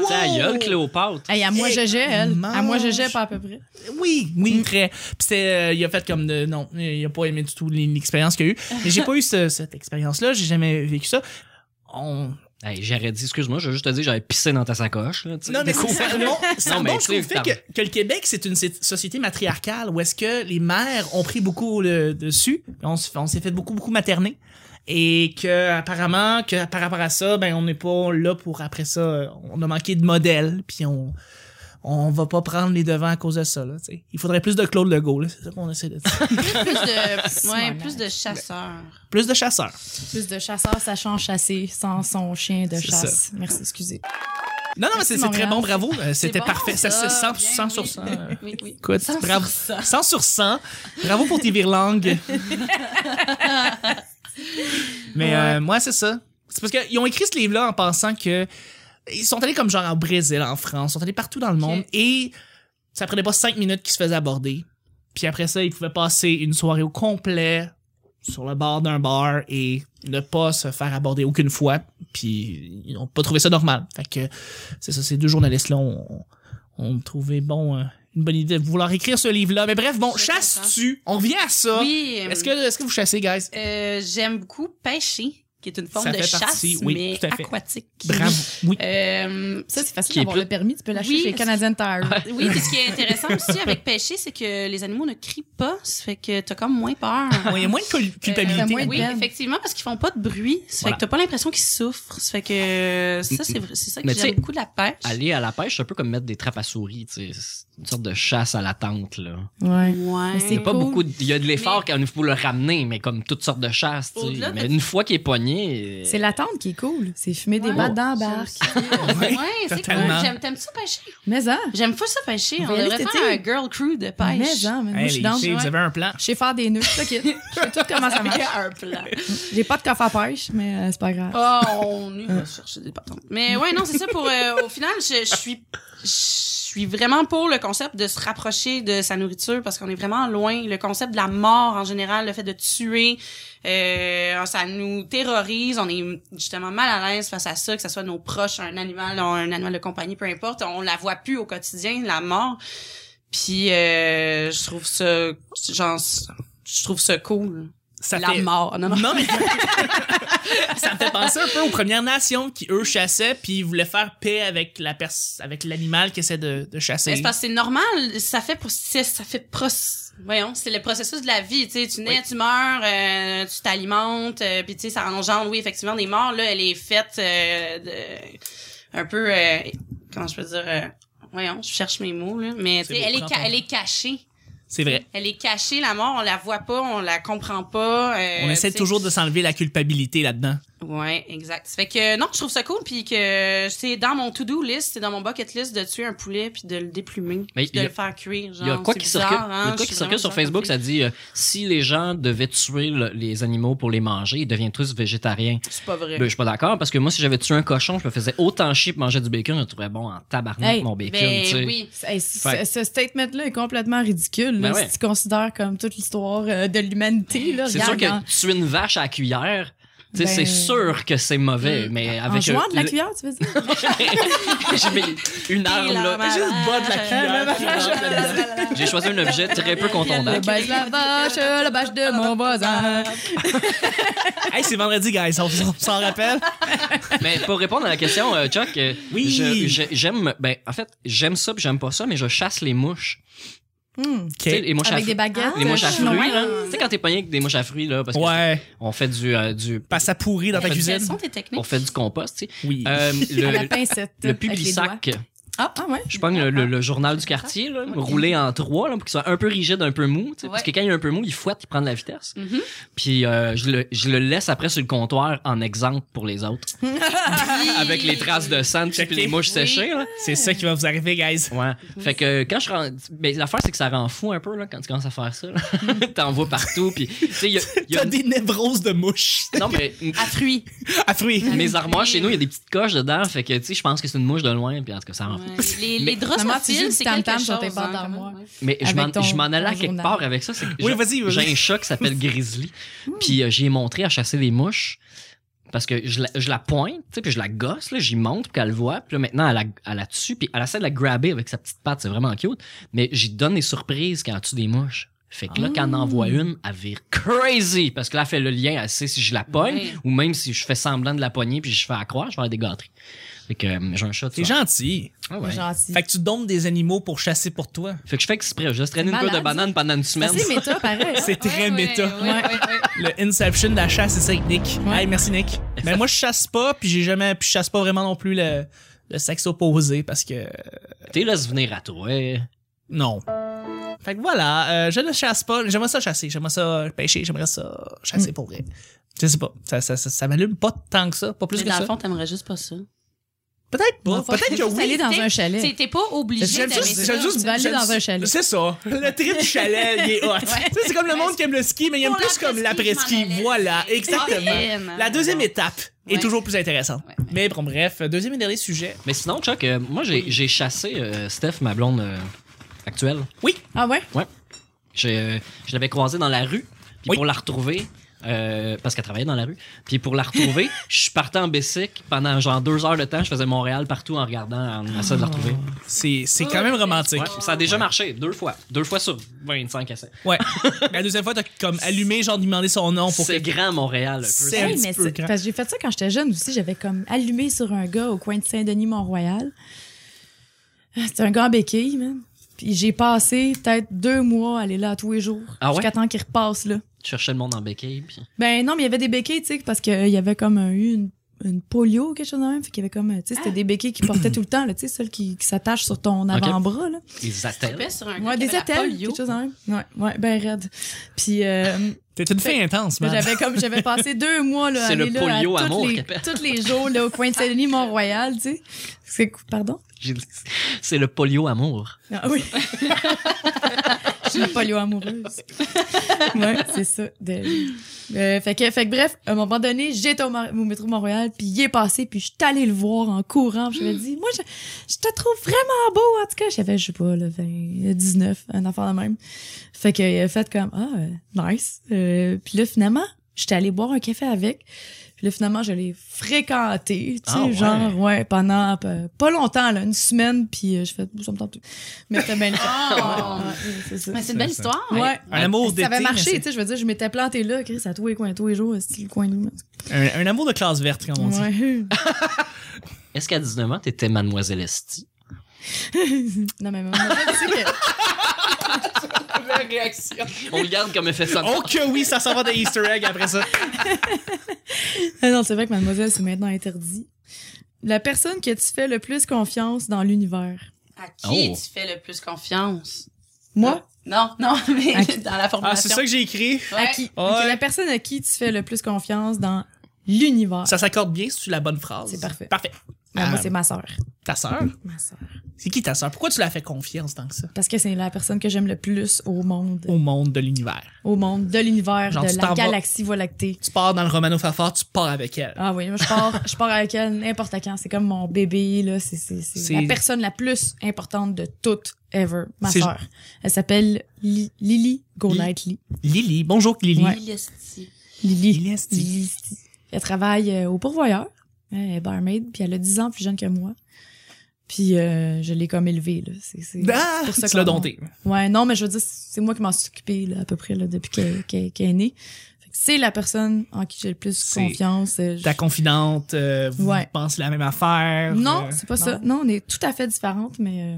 S1: wow!
S3: Ta
S4: Oh!
S3: gueule, Cléopâtre.
S2: Hey, à moi,
S1: Hey,
S2: GG, elle. À moi,
S1: mange.
S2: GG, pas à peu près.
S1: Oui, oui, très. Puis c'est, euh, il a fait comme de, non, il a pas aimé du tout l'expérience qu'il a eue. Mais j'ai pas eu ce- cette expérience-là, j'ai jamais vécu ça. On,
S3: Hey, j'aurais dit, excuse-moi, je vais juste te dire, j'avais pissé dans ta sacoche. là, tu sais.
S1: Non, mais c'est ça. Non, ça
S3: Non, mais
S1: remonte
S3: tu sais,
S1: au fait que, que le Québec, c'est une sé- société matriarcale où est-ce que les mères ont pris beaucoup le dessus. On, s- on s'est fait beaucoup, beaucoup materner. Et que apparemment, que par rapport à ça, ben on n'est pas là pour après ça. euh, On a manqué de modèles, puis on on va pas prendre les devants à cause de ça. Là, tu sais. Il faudrait plus de Claude Legault, là, c'est ça qu'on essaie de <laughs> dire.
S4: plus de, ouais,
S2: malade.
S4: plus de chasseurs.
S1: plus de chasseurs.
S2: Plus de chasseurs sachant chasser sans son chien de
S1: C'est
S2: chasse. Merci, excusez.
S1: Non, non, mais Ah, c'est
S2: Merci,
S1: c'est très
S2: Montréal.
S1: bon, bravo. Euh, C'était
S4: bon,
S1: parfait. Ça,
S4: ça,
S1: se sent
S4: bien,
S1: 100 sur
S4: oui.
S1: 100.
S4: <laughs> Oui,
S1: <laughs>
S4: oui.
S1: Écoute,
S4: Sans
S1: bravo. 100 sur 100. Bravo pour tes virlangues. Mais euh, moi, c'est ça. C'est parce qu'ils ont écrit ce livre-là en pensant que. Ils sont allés comme genre au Brésil, en France, ils sont allés partout dans le monde et ça prenait pas cinq minutes qu'ils se faisaient aborder. Puis après ça, ils pouvaient passer une soirée au complet sur le bord d'un bar et ne pas se faire aborder aucune fois. Puis ils n'ont pas trouvé ça normal. Fait que c'est ça, ces deux journalistes-là ont, ont trouvé bon, euh, une bonne idée de vouloir écrire ce livre-là. Mais bref, bon,
S4: Je
S1: chasse-tu? On revient à ça.
S4: Oui.
S1: Est-ce que, est-ce que vous chassez, guys?
S4: euh, j'aime beaucoup pêcher, qui est une forme
S1: Ça
S4: de
S1: fait
S4: chasse
S1: partie, oui,
S4: mais
S1: tout à fait.
S4: aquatique.
S1: Bravo. Oui.
S4: Euh,
S2: Ça, c'est facile
S3: Qui est
S2: d'avoir
S3: plus-
S2: le permis. Tu peux l'acheter
S4: Oui,
S2: chez
S4: c'est-
S2: Canadian Tire.
S4: oui, puis ce qui est intéressant
S1: <laughs>
S4: aussi avec pêcher, c'est que les animaux ne crient pas, ça fait que t'as comme moins
S1: <laughs>
S4: peur.
S1: Ouais, Il y a moins de cul-
S2: Euh,
S1: culpabilité.
S2: moins de
S4: Oui,
S2: peine.
S4: effectivement, parce qu'ils font pas de bruit. Ça fait
S3: Voilà.
S4: que t'as pas l'impression qu'ils souffrent. Ça fait que ça, c'est vrai- c'est ça que
S3: Mais tu
S4: j'aime
S3: sais,
S4: beaucoup de la pêche.
S3: Aller à la pêche, c'est un peu comme mettre des trappes à souris. tu sais. C'est une sorte de chasse à la tente. Là.
S2: Ouais. Mais
S4: Ouais.
S3: Il
S2: c'est-
S3: y a pas
S2: Cool.
S3: beaucoup de- il y a de l'effort quand il faut le ramener, mais comme toutes sortes de chasses. tu sais.
S4: Au-delà de-
S3: Mais une fois qu'il est poigné.
S2: C'est l'attente qui est cool. C'est fumer des
S4: Ouais.
S2: battes dans la <laughs> barque.
S4: Ouais, c'est cool.
S1: totalement.
S4: J'aime- T'aimes ça pêcher?
S2: Mais hein?
S4: J'aime pas ça pêcher. On
S2: va y aller
S4: devrait
S2: cet
S4: faire un girl crew de pêche.
S2: Mais hein, mais moi,
S1: Hey,
S2: je suis
S1: les
S2: dans.
S1: filles, vous avez un plan.
S2: Je sais faire des nœuds. OK.
S3: <laughs>
S2: Je sais tout comment ça
S4: Il y
S2: marche.
S4: a un plan.
S2: J'ai pas de coffre à pêche, mais euh, c'est pas grave.
S4: Oh, on y va chercher des patentes. Mais ouais, non, c'est ça pour. euh, au final, je, je suis. Je suis vraiment pour le concept de se rapprocher de sa nourriture parce qu'on est vraiment loin. Le concept de la mort en général, le fait de tuer, euh, ça nous terrorise. On est justement mal à l'aise face à ça, que ce soit nos proches, un animal, un animal de compagnie, peu importe. On la voit plus au quotidien, la mort. Puis euh, je trouve ça, genre, je trouve ça cool.
S1: Ça
S4: la
S1: fait-
S4: mort, non, non.
S1: Non, mais ça me fait penser un peu aux Premières Nations qui, eux, chassaient puis ils voulaient faire paix avec la pers avec l'animal qui essaie de, de
S4: Mais
S1: chasser.
S4: c'est parce que c'est normal, ça fait pour c'est- ça fait pro voyons, c'est le processus de la vie, tu sais, tu nais, tu meurs, euh, tu t'alimentes, euh, puis tu sais ça engendre oui effectivement des morts là, elle est faite euh, de- un peu euh, comment je peux dire euh, voyons, je cherche mes mots là, mais tu
S1: C'est
S4: sais
S1: beau,
S4: elle est
S1: prends
S4: ca-
S1: ton
S4: elle est cachée.
S1: C'est vrai.
S4: Elle est cachée, la mort, on la voit pas, on la comprend pas. euh,
S1: On essaie
S4: tu sais.
S1: toujours de s'enlever la culpabilité là-dedans.
S4: Ouais, exact. Ça fait que non, je trouve ça cool, puis que c'est dans mon to-do list, c'est dans mon bucket list de tuer un poulet puis de le déplumer,
S3: Mais
S4: puis de
S3: il y a-
S4: le faire cuire.
S3: Il y a
S4: genre,
S3: quoi
S4: c'est
S3: qui
S4: bizarre,
S3: circule,
S4: hein,
S3: il y a quoi
S4: je suis
S3: qui
S4: vraiment
S3: circule sur
S4: genre
S3: Facebook, ça dit euh, si les gens devaient tuer le- les animaux pour les manger, ils deviennent tous végétariens.
S4: C'est pas vrai.
S3: Ben, je suis pas d'accord parce que moi, si j'avais tué un cochon, je me faisais autant chier pour manger du bacon, je le trouverais bon en tabarnak
S2: Hey,
S3: mon bacon. tu sais.
S4: Ben oui.
S2: Hey, c-
S3: Fait-
S2: ce, ce statement-là est complètement ridicule. là,
S3: Ben ouais.
S2: Si tu considères comme toute l'histoire euh, de l'humanité, là,
S3: C'est sûr
S2: regarde, hein.
S3: que
S2: en-
S3: tuer une vache à la cuillère, tu sais,
S2: Ben-
S3: c'est sûr que c'est mauvais, mais
S2: en
S3: avec
S2: jouant
S3: euh,
S2: de la
S3: le-
S2: cuillère, tu veux dire?
S3: <laughs> J'ai mis une arme
S4: Et la
S3: là,
S4: vache.
S3: juste bas de la
S4: <laughs>
S1: Ah, la
S3: cuillère. puis rentre dedans. J'ai choisi un objet
S2: <laughs>
S3: très peu contondant.
S2: Le bâche de la vache, le bâche de mon voisin.
S1: hey, c'est vendredi, guys. On, on s'en rappelle.
S3: Mais pour répondre à la question, euh, Chuck, euh,
S1: Oui.
S3: je- je- j'aime, ben, en fait, j'aime ça, puis j'aime pas ça, mais je chasse les mouches.
S2: Hmm.
S1: OK.
S3: Tu sais, les mouches à
S2: Avec des euh,
S3: fruits.
S2: baguettes.
S3: Les mouches à
S2: chinoises.
S3: fruits, là. Tu sais, quand t'es pogné avec des mouches à fruits, là, parce
S1: Ouais.
S3: qu'on fait du, euh, du,
S1: Passe à pourri dans ta
S4: Quelles
S1: cuisine.
S4: sont tes techniques?
S3: on
S4: <laughs>
S3: fait du compost, tu sais.
S1: Oui.
S3: Euh,
S2: <laughs> À la
S3: le,
S2: pincette.
S3: le
S2: avec les doigts.
S3: public-sac.
S2: Ah, ah ouais.
S3: Je pogne le, le- le journal du quartier, là, roulé en trois, là, pour qu'il soit un peu rigide, un peu mou. tu sais, Parce que
S4: Ouais.
S3: quand il est un peu mou, il fouette, il prend de la vitesse.
S4: Mhm.
S3: Puis euh, je, le, je le laisse après sur le comptoir en exemple pour les autres. Avec les traces de sang, puis
S1: Checké.
S3: les mouches
S4: Oui.
S3: séchées. Là.
S1: C'est ça qui va vous arriver, guys.
S3: Ouais. Fait que quand je rends. Ben, l'affaire, c'est que ça rend fou un peu là, quand tu commences à faire ça. là.
S4: Mm-hmm.
S3: <laughs> T'en vois partout. Puis, tu sais, il y a.
S4: <laughs>
S3: il y a-
S1: T'as des névroses de mouches.
S3: Non, mais.
S4: À fruits.
S1: À fruits.
S3: Mes armoires chez nous, il y a des petites coches dedans. Fait que, tu sais, je pense que c'est une mouche de loin. Puis, en tout cas, ça rend fou.
S4: Ouais, Les, les
S3: Ah.
S2: Maman, tu
S3: Mais-
S2: joues
S4: drosophiles,
S2: du
S4: c'est quelque
S2: tam-tam
S4: chose.
S2: sur tes bandes
S4: hein, quand même,
S2: d'armoire.
S4: ouais.
S3: Mais je
S2: Avec
S3: m'en,
S2: ton-
S3: je m'en allais à
S2: ton
S3: quelque
S2: journal.
S3: part avec ça. C'est que
S1: Oui,
S3: j'ai-
S1: vas-y, vas-y.
S3: J'ai un chat qui s'appelle Grizzly.
S2: Hmm.
S3: Puis euh, j'ai montré à chasser les mouches. Parce que je la, je la pointe, tu sais, puis je la gosse, là, j'y monte, puis qu'elle le voit. Puis là, maintenant, elle la, elle la tue, puis elle essaie de la grabber avec sa petite patte, c'est vraiment cute. Mais j'y donne des surprises quand elle tue des mouches. Fait que là, quand elle
S2: Ah.
S3: envoie une, elle vire crazy. Parce que là, elle fait le lien, elle sait si je la pogne,
S4: Ouais.
S3: ou même si je fais semblant de la pogner, puis je fais accroire, je vais avoir des gâteries. Fait que euh, j'ai un chat, tu
S1: T'es
S3: vois.
S1: gentil.
S3: Ah ouais.
S2: Gentil.
S1: Fait que tu donnes des animaux pour chasser pour toi.
S3: Fait que je fais exprès, je laisse traîner une
S2: Malade.
S3: queue de banane pendant une
S2: Mais
S3: semaine.
S2: C'est méta, pareil.
S1: <laughs> C'est très
S4: Ouais, ouais,
S1: méta.
S4: ouais, ouais, ouais.
S1: Le Inception de la chasse, c'est ça avec Nick.
S2: Ouais.
S1: Hey, merci Nick. Ben moi, je chasse pas, puis j'ai jamais, puis je chasse pas vraiment non plus le, le sexe opposé parce que euh,
S3: T'es laisse venir à toi. ouais.
S1: non. Fait que voilà, euh, je ne chasse pas. J'aimerais ça chasser, j'aimerais ça pêcher, j'aimerais ça chasser
S4: Mm.
S1: pour vrai. Je sais pas, ça, ça, ça, ça m'allume pas tant que ça, pas plus
S4: Mais
S1: que
S4: dans
S1: ça.
S4: le fond, t'aimerais juste pas ça.
S1: Peut-être pas,
S2: Dans le fond,
S1: peut-être
S2: t'es
S1: que
S2: juste allé
S1: oui.
S2: dans un chalet.
S4: T'es t'es pas obligé
S1: J'aime
S4: d'aimer
S1: juste,
S4: ça.
S1: j'aime juste
S2: Tu vas aller
S1: j'aime-
S2: dans un chalet.
S1: C'est ça. Le trip du chalet, il
S2: <laughs>
S1: est hot. Tu sais, C'est comme le monde qui aime le ski, mais il aime
S4: Pour
S1: plus comme
S4: l'après-ski, je m'en
S1: l'après-ski.
S4: allais.
S1: Voilà, exactement.
S4: Caroline.
S1: La deuxième étape est
S4: Ouais.
S1: toujours plus intéressante. Mais bon, bref, deuxième et dernier sujet.
S3: Mais sinon, Chuck, euh, moi, j'ai j'ai chassé euh, Steph, ma blonde euh, actuelle.
S2: Ah ouais?
S3: J'ai, euh, je l'avais croisée dans la rue. Puis
S1: Oui.
S3: pour la retrouver, euh, parce qu'elle travaillait dans la rue, puis pour la <laughs> retrouver, je partais en bicycle pendant genre deux heures de temps. Je faisais Montréal partout en regardant, en essayant de la retrouver.
S1: C'est c'est quand même romantique.
S3: Ah. Ouais, ça a déjà marché deux fois. Deux fois sur 25 à 7.
S1: Ouais. La deuxième fois, t'as comme allumé, genre demandé son nom pour
S3: C'est
S1: que.
S3: grand Montréal, un peu.
S1: C'est- un
S2: Hey,
S1: petit
S2: mais
S1: peu
S2: c'est-
S1: grand.
S2: parce que j'ai fait ça quand j'étais jeune aussi. J'avais comme allumé sur un gars au coin de Saint-Denis-Mont-Royal. Ah, C'était un gars en béquille, man. Puis j'ai passé peut-être deux mois à aller là tous les jours.
S3: Ah ouais?
S2: Jusqu'à temps qu'il repasse, là.
S3: Je cherchais le monde en béquille. Puis...
S2: Ben non, mais il y avait des béquilles, tu sais, parce qu'il y avait comme un- eu une, une polio ou quelque chose de même. Fait qu'il y avait comme, euh, tu sais, c'était
S1: Ah!
S2: des béquilles qui portaient tout le temps, là, tu sais, celles qui, qui s'attachent sur ton avant-bras, là.
S3: Ils
S4: Tu
S3: attellent.
S4: pèses sur un
S2: Ouais,
S4: gars qui
S2: des
S4: avait la
S2: attelles,
S4: polio.
S2: quelque chose de même. Ouais, ouais, ben raide. Puis,
S3: <laughs>
S2: euh,
S1: T'es une fille intense,
S2: Mais
S1: man.
S2: J'avais comme j'avais passé deux mois là, à
S3: Ben, <laughs> C'est le
S2: aller là, à
S3: polio
S2: toutes
S3: amour
S2: les,
S3: qu'appelle.
S2: tous les jours là, au coin de Saint-Denis Mont-Royal, tu sais. C'est cou- pardon.
S3: <laughs> J'ai dit- C'est le polio amour.
S2: Ah oui. <laughs> Je suis une polio amoureuse. ouais, c'est ça. de- Euh, fait que fait que bref, à un moment donné, j'étais au, Mar- au métro Mont-Royal, puis il est passé, puis je suis allée le voir en courant, puis je lui ai dit "Moi je, je te trouve vraiment beau en tout cas, j'avais je sais pas le 20 19, un enfant de même." Fait que il a fait comme ah euh, nice. Euh, puis là finalement, j'étais allée boire un café avec. Puis là finalement, je l'ai fréquenté, tu sais,
S3: Ah ouais.
S2: genre ouais, pendant euh, pas longtemps là, une semaine, puis euh, je fais ça me tente plus. Mais c'était bien le fun.
S4: Oh.
S2: Ouais, ouais, Ah! c'est ça.
S4: Mais c'est une belle
S1: C'est ça.
S4: histoire. <laughs>
S2: Ouais.
S1: Un amour d'été.
S2: Ça avait
S1: mais
S2: marché,
S1: c'est-
S2: tu sais, je veux dire, je m'étais planté là, Chris, à tous les coins, tous les jours, c'est le coin de nous.
S1: Un, un amour de classe verte, comme on dit.
S2: Ouais. <laughs>
S3: Est-ce qu'à 19 ans, t'étais Mademoiselle Estie?
S2: non, mais maman, tu sais que-
S3: On le garde comme effet sonore.
S1: Oh que oui, ça s'en va des Easter eggs après ça.
S2: Ah non, c'est vrai que mademoiselle, c'est maintenant interdit. La personne que tu fais le plus confiance dans l'univers.
S4: À qui
S3: Oh.
S4: tu fais le plus confiance?
S2: Moi?
S4: Non, non, <laughs> mais
S2: Ok.
S4: dans la formation.
S1: Ah, c'est ça que j'ai écrit.
S2: À qui?
S1: Ouais.
S2: Ok, la personne à qui tu fais le plus confiance dans l'univers.
S1: Ça s'accorde bien si tu la bonne phrase.
S2: C'est parfait.
S1: Parfait.
S2: Ah, moi,
S1: Euh,
S2: c'est ma sœur.
S1: Ta sœur?
S2: Ma sœur.
S1: C'est qui ta sœur? Pourquoi tu la fais confiance tant que ça?
S2: Parce que c'est la personne que j'aime le plus au monde.
S1: Au monde de l'univers.
S2: Au monde de l'univers,
S1: Genre, tu
S2: de
S1: t'en
S2: la
S1: vas-
S2: galaxie Voie lactée.
S1: Tu pars dans le Romano Fafard, tu pars avec elle.
S2: Ah oui, moi, je pars, je pars avec elle n'importe quand. C'est comme mon bébé, là. C'est, c'est, c'est
S1: C'est-
S2: la personne la plus importante de toutes ever. Ma
S1: C'est-
S2: sœur. Elle s'appelle Li- Lily Golightly.
S1: Lily. Bonjour, Lily.
S2: Ouais.
S4: Lilesti.
S2: Lily.
S1: Lily, est-ce-tu-
S2: Lily. Elle travaille euh, au pourvoyeur. Elle est barmaid, puis elle a 10 ans plus jeune que moi. Puis euh, je l'ai comme élevée, là. C'est, c'est,
S1: Ah,
S2: c'est pour ça
S1: tu l'as
S2: qu'on-
S1: dompté.
S2: Ouais, non, mais je veux dire, c'est moi qui m'en suis occupée là, à peu près là, depuis qu'elle qu'elle- qu'elle est née. Fait que C'est la personne en qui j'ai le plus
S1: C'est
S2: confiance. euh, je-
S1: Ta confidente, euh, vous
S2: Ouais.
S1: pensez la même affaire.
S2: Non,
S1: euh,
S2: c'est pas ça. Non, on est tout à fait différentes, mais euh,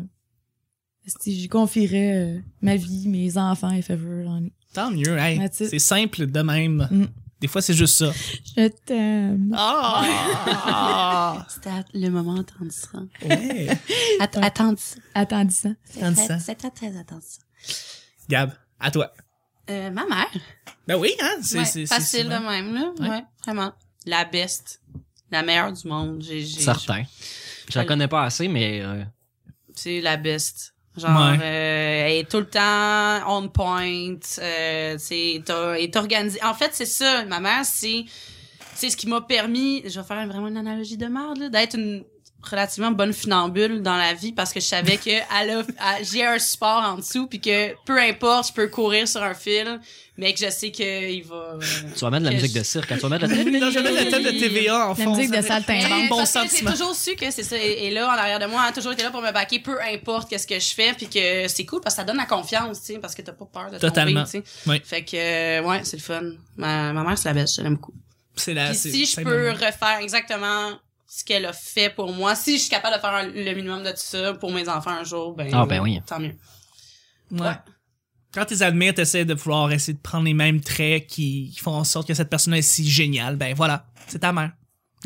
S2: si j'y confierais euh, ma vie, mes enfants, et faveur. j'en ai.
S1: Tant mieux, hey.
S2: Mathilde.
S1: C'est simple de même.
S2: Mm.
S1: Des fois, c'est juste ça.
S2: Je t'aime. <laughs>
S1: Ah!
S4: C'était à- le moment attendissant.
S1: ouais.
S4: Att- Attendissant.
S2: Attendissant.
S1: Attendissant.
S4: C'était très attendissant.
S1: Gab, à toi.
S4: Euh, ma mère.
S1: Ben oui, hein? C'est
S4: Ouais,
S1: c'est- c'est
S4: facile de
S1: souvent-
S4: même, là.
S1: Ouais.
S4: Ouais. vraiment. La best. La meilleure du monde. J'ai, j'ai,
S3: Certain. Je la connais pas assez, mais euh,
S4: C'est la best. Genre,
S1: Ouais.
S4: euh, elle est tout le temps on point. Euh, c'est, t'as- elle est organisée. En fait, c'est ça. Ma mère, c'est, c'est ce qui m'a permis, je vais faire vraiment une analogie de merde, là, d'être une relativement bonne funambule dans la vie parce que je savais que elle a- elle- j'ai un support en dessous puis que peu importe, je peux courir sur un fil, mais que je sais qu'il va... euh,
S3: tu vas mettre de la
S4: Que
S3: musique
S4: je-
S3: de cirque, tu vas mettre
S1: <laughs>
S3: de la-
S1: Non, j'avais la tête de TVA en
S2: La
S1: fond.
S2: musique
S1: ça.
S2: de Saltin.
S1: Vraiment
S4: Mais
S1: bon
S4: parce que J'ai
S1: sentiment.
S4: toujours su que c'est ça. Et, et là, en arrière de moi, elle a toujours été là pour me baquer, peu importe qu'est-ce que je fais, puis que c'est cool parce que ça donne la confiance, tu sais, parce que t'as pas peur de
S1: Totalement.
S4: tomber, tu sais.
S1: Oui.
S4: Fait que, euh, ouais, c'est le fun. Ma, ma mère, c'est la bête, je l'aime beaucoup.
S1: C'est la.
S4: Puis
S1: Ah, c'est-
S4: si je
S1: c'est
S4: peux
S1: le-
S4: refaire exactement ce qu'elle a fait pour moi, si je suis capable de faire un- le minimum de tout ça pour mes enfants un jour, ben,
S3: Ah, ben oui.
S4: tant mieux.
S1: Ouais. Quand tu les admires, t'essaies de pouvoir essayer de prendre les mêmes traits qui, qui font en sorte que cette personne-là est si géniale. Ben voilà, c'est ta mère.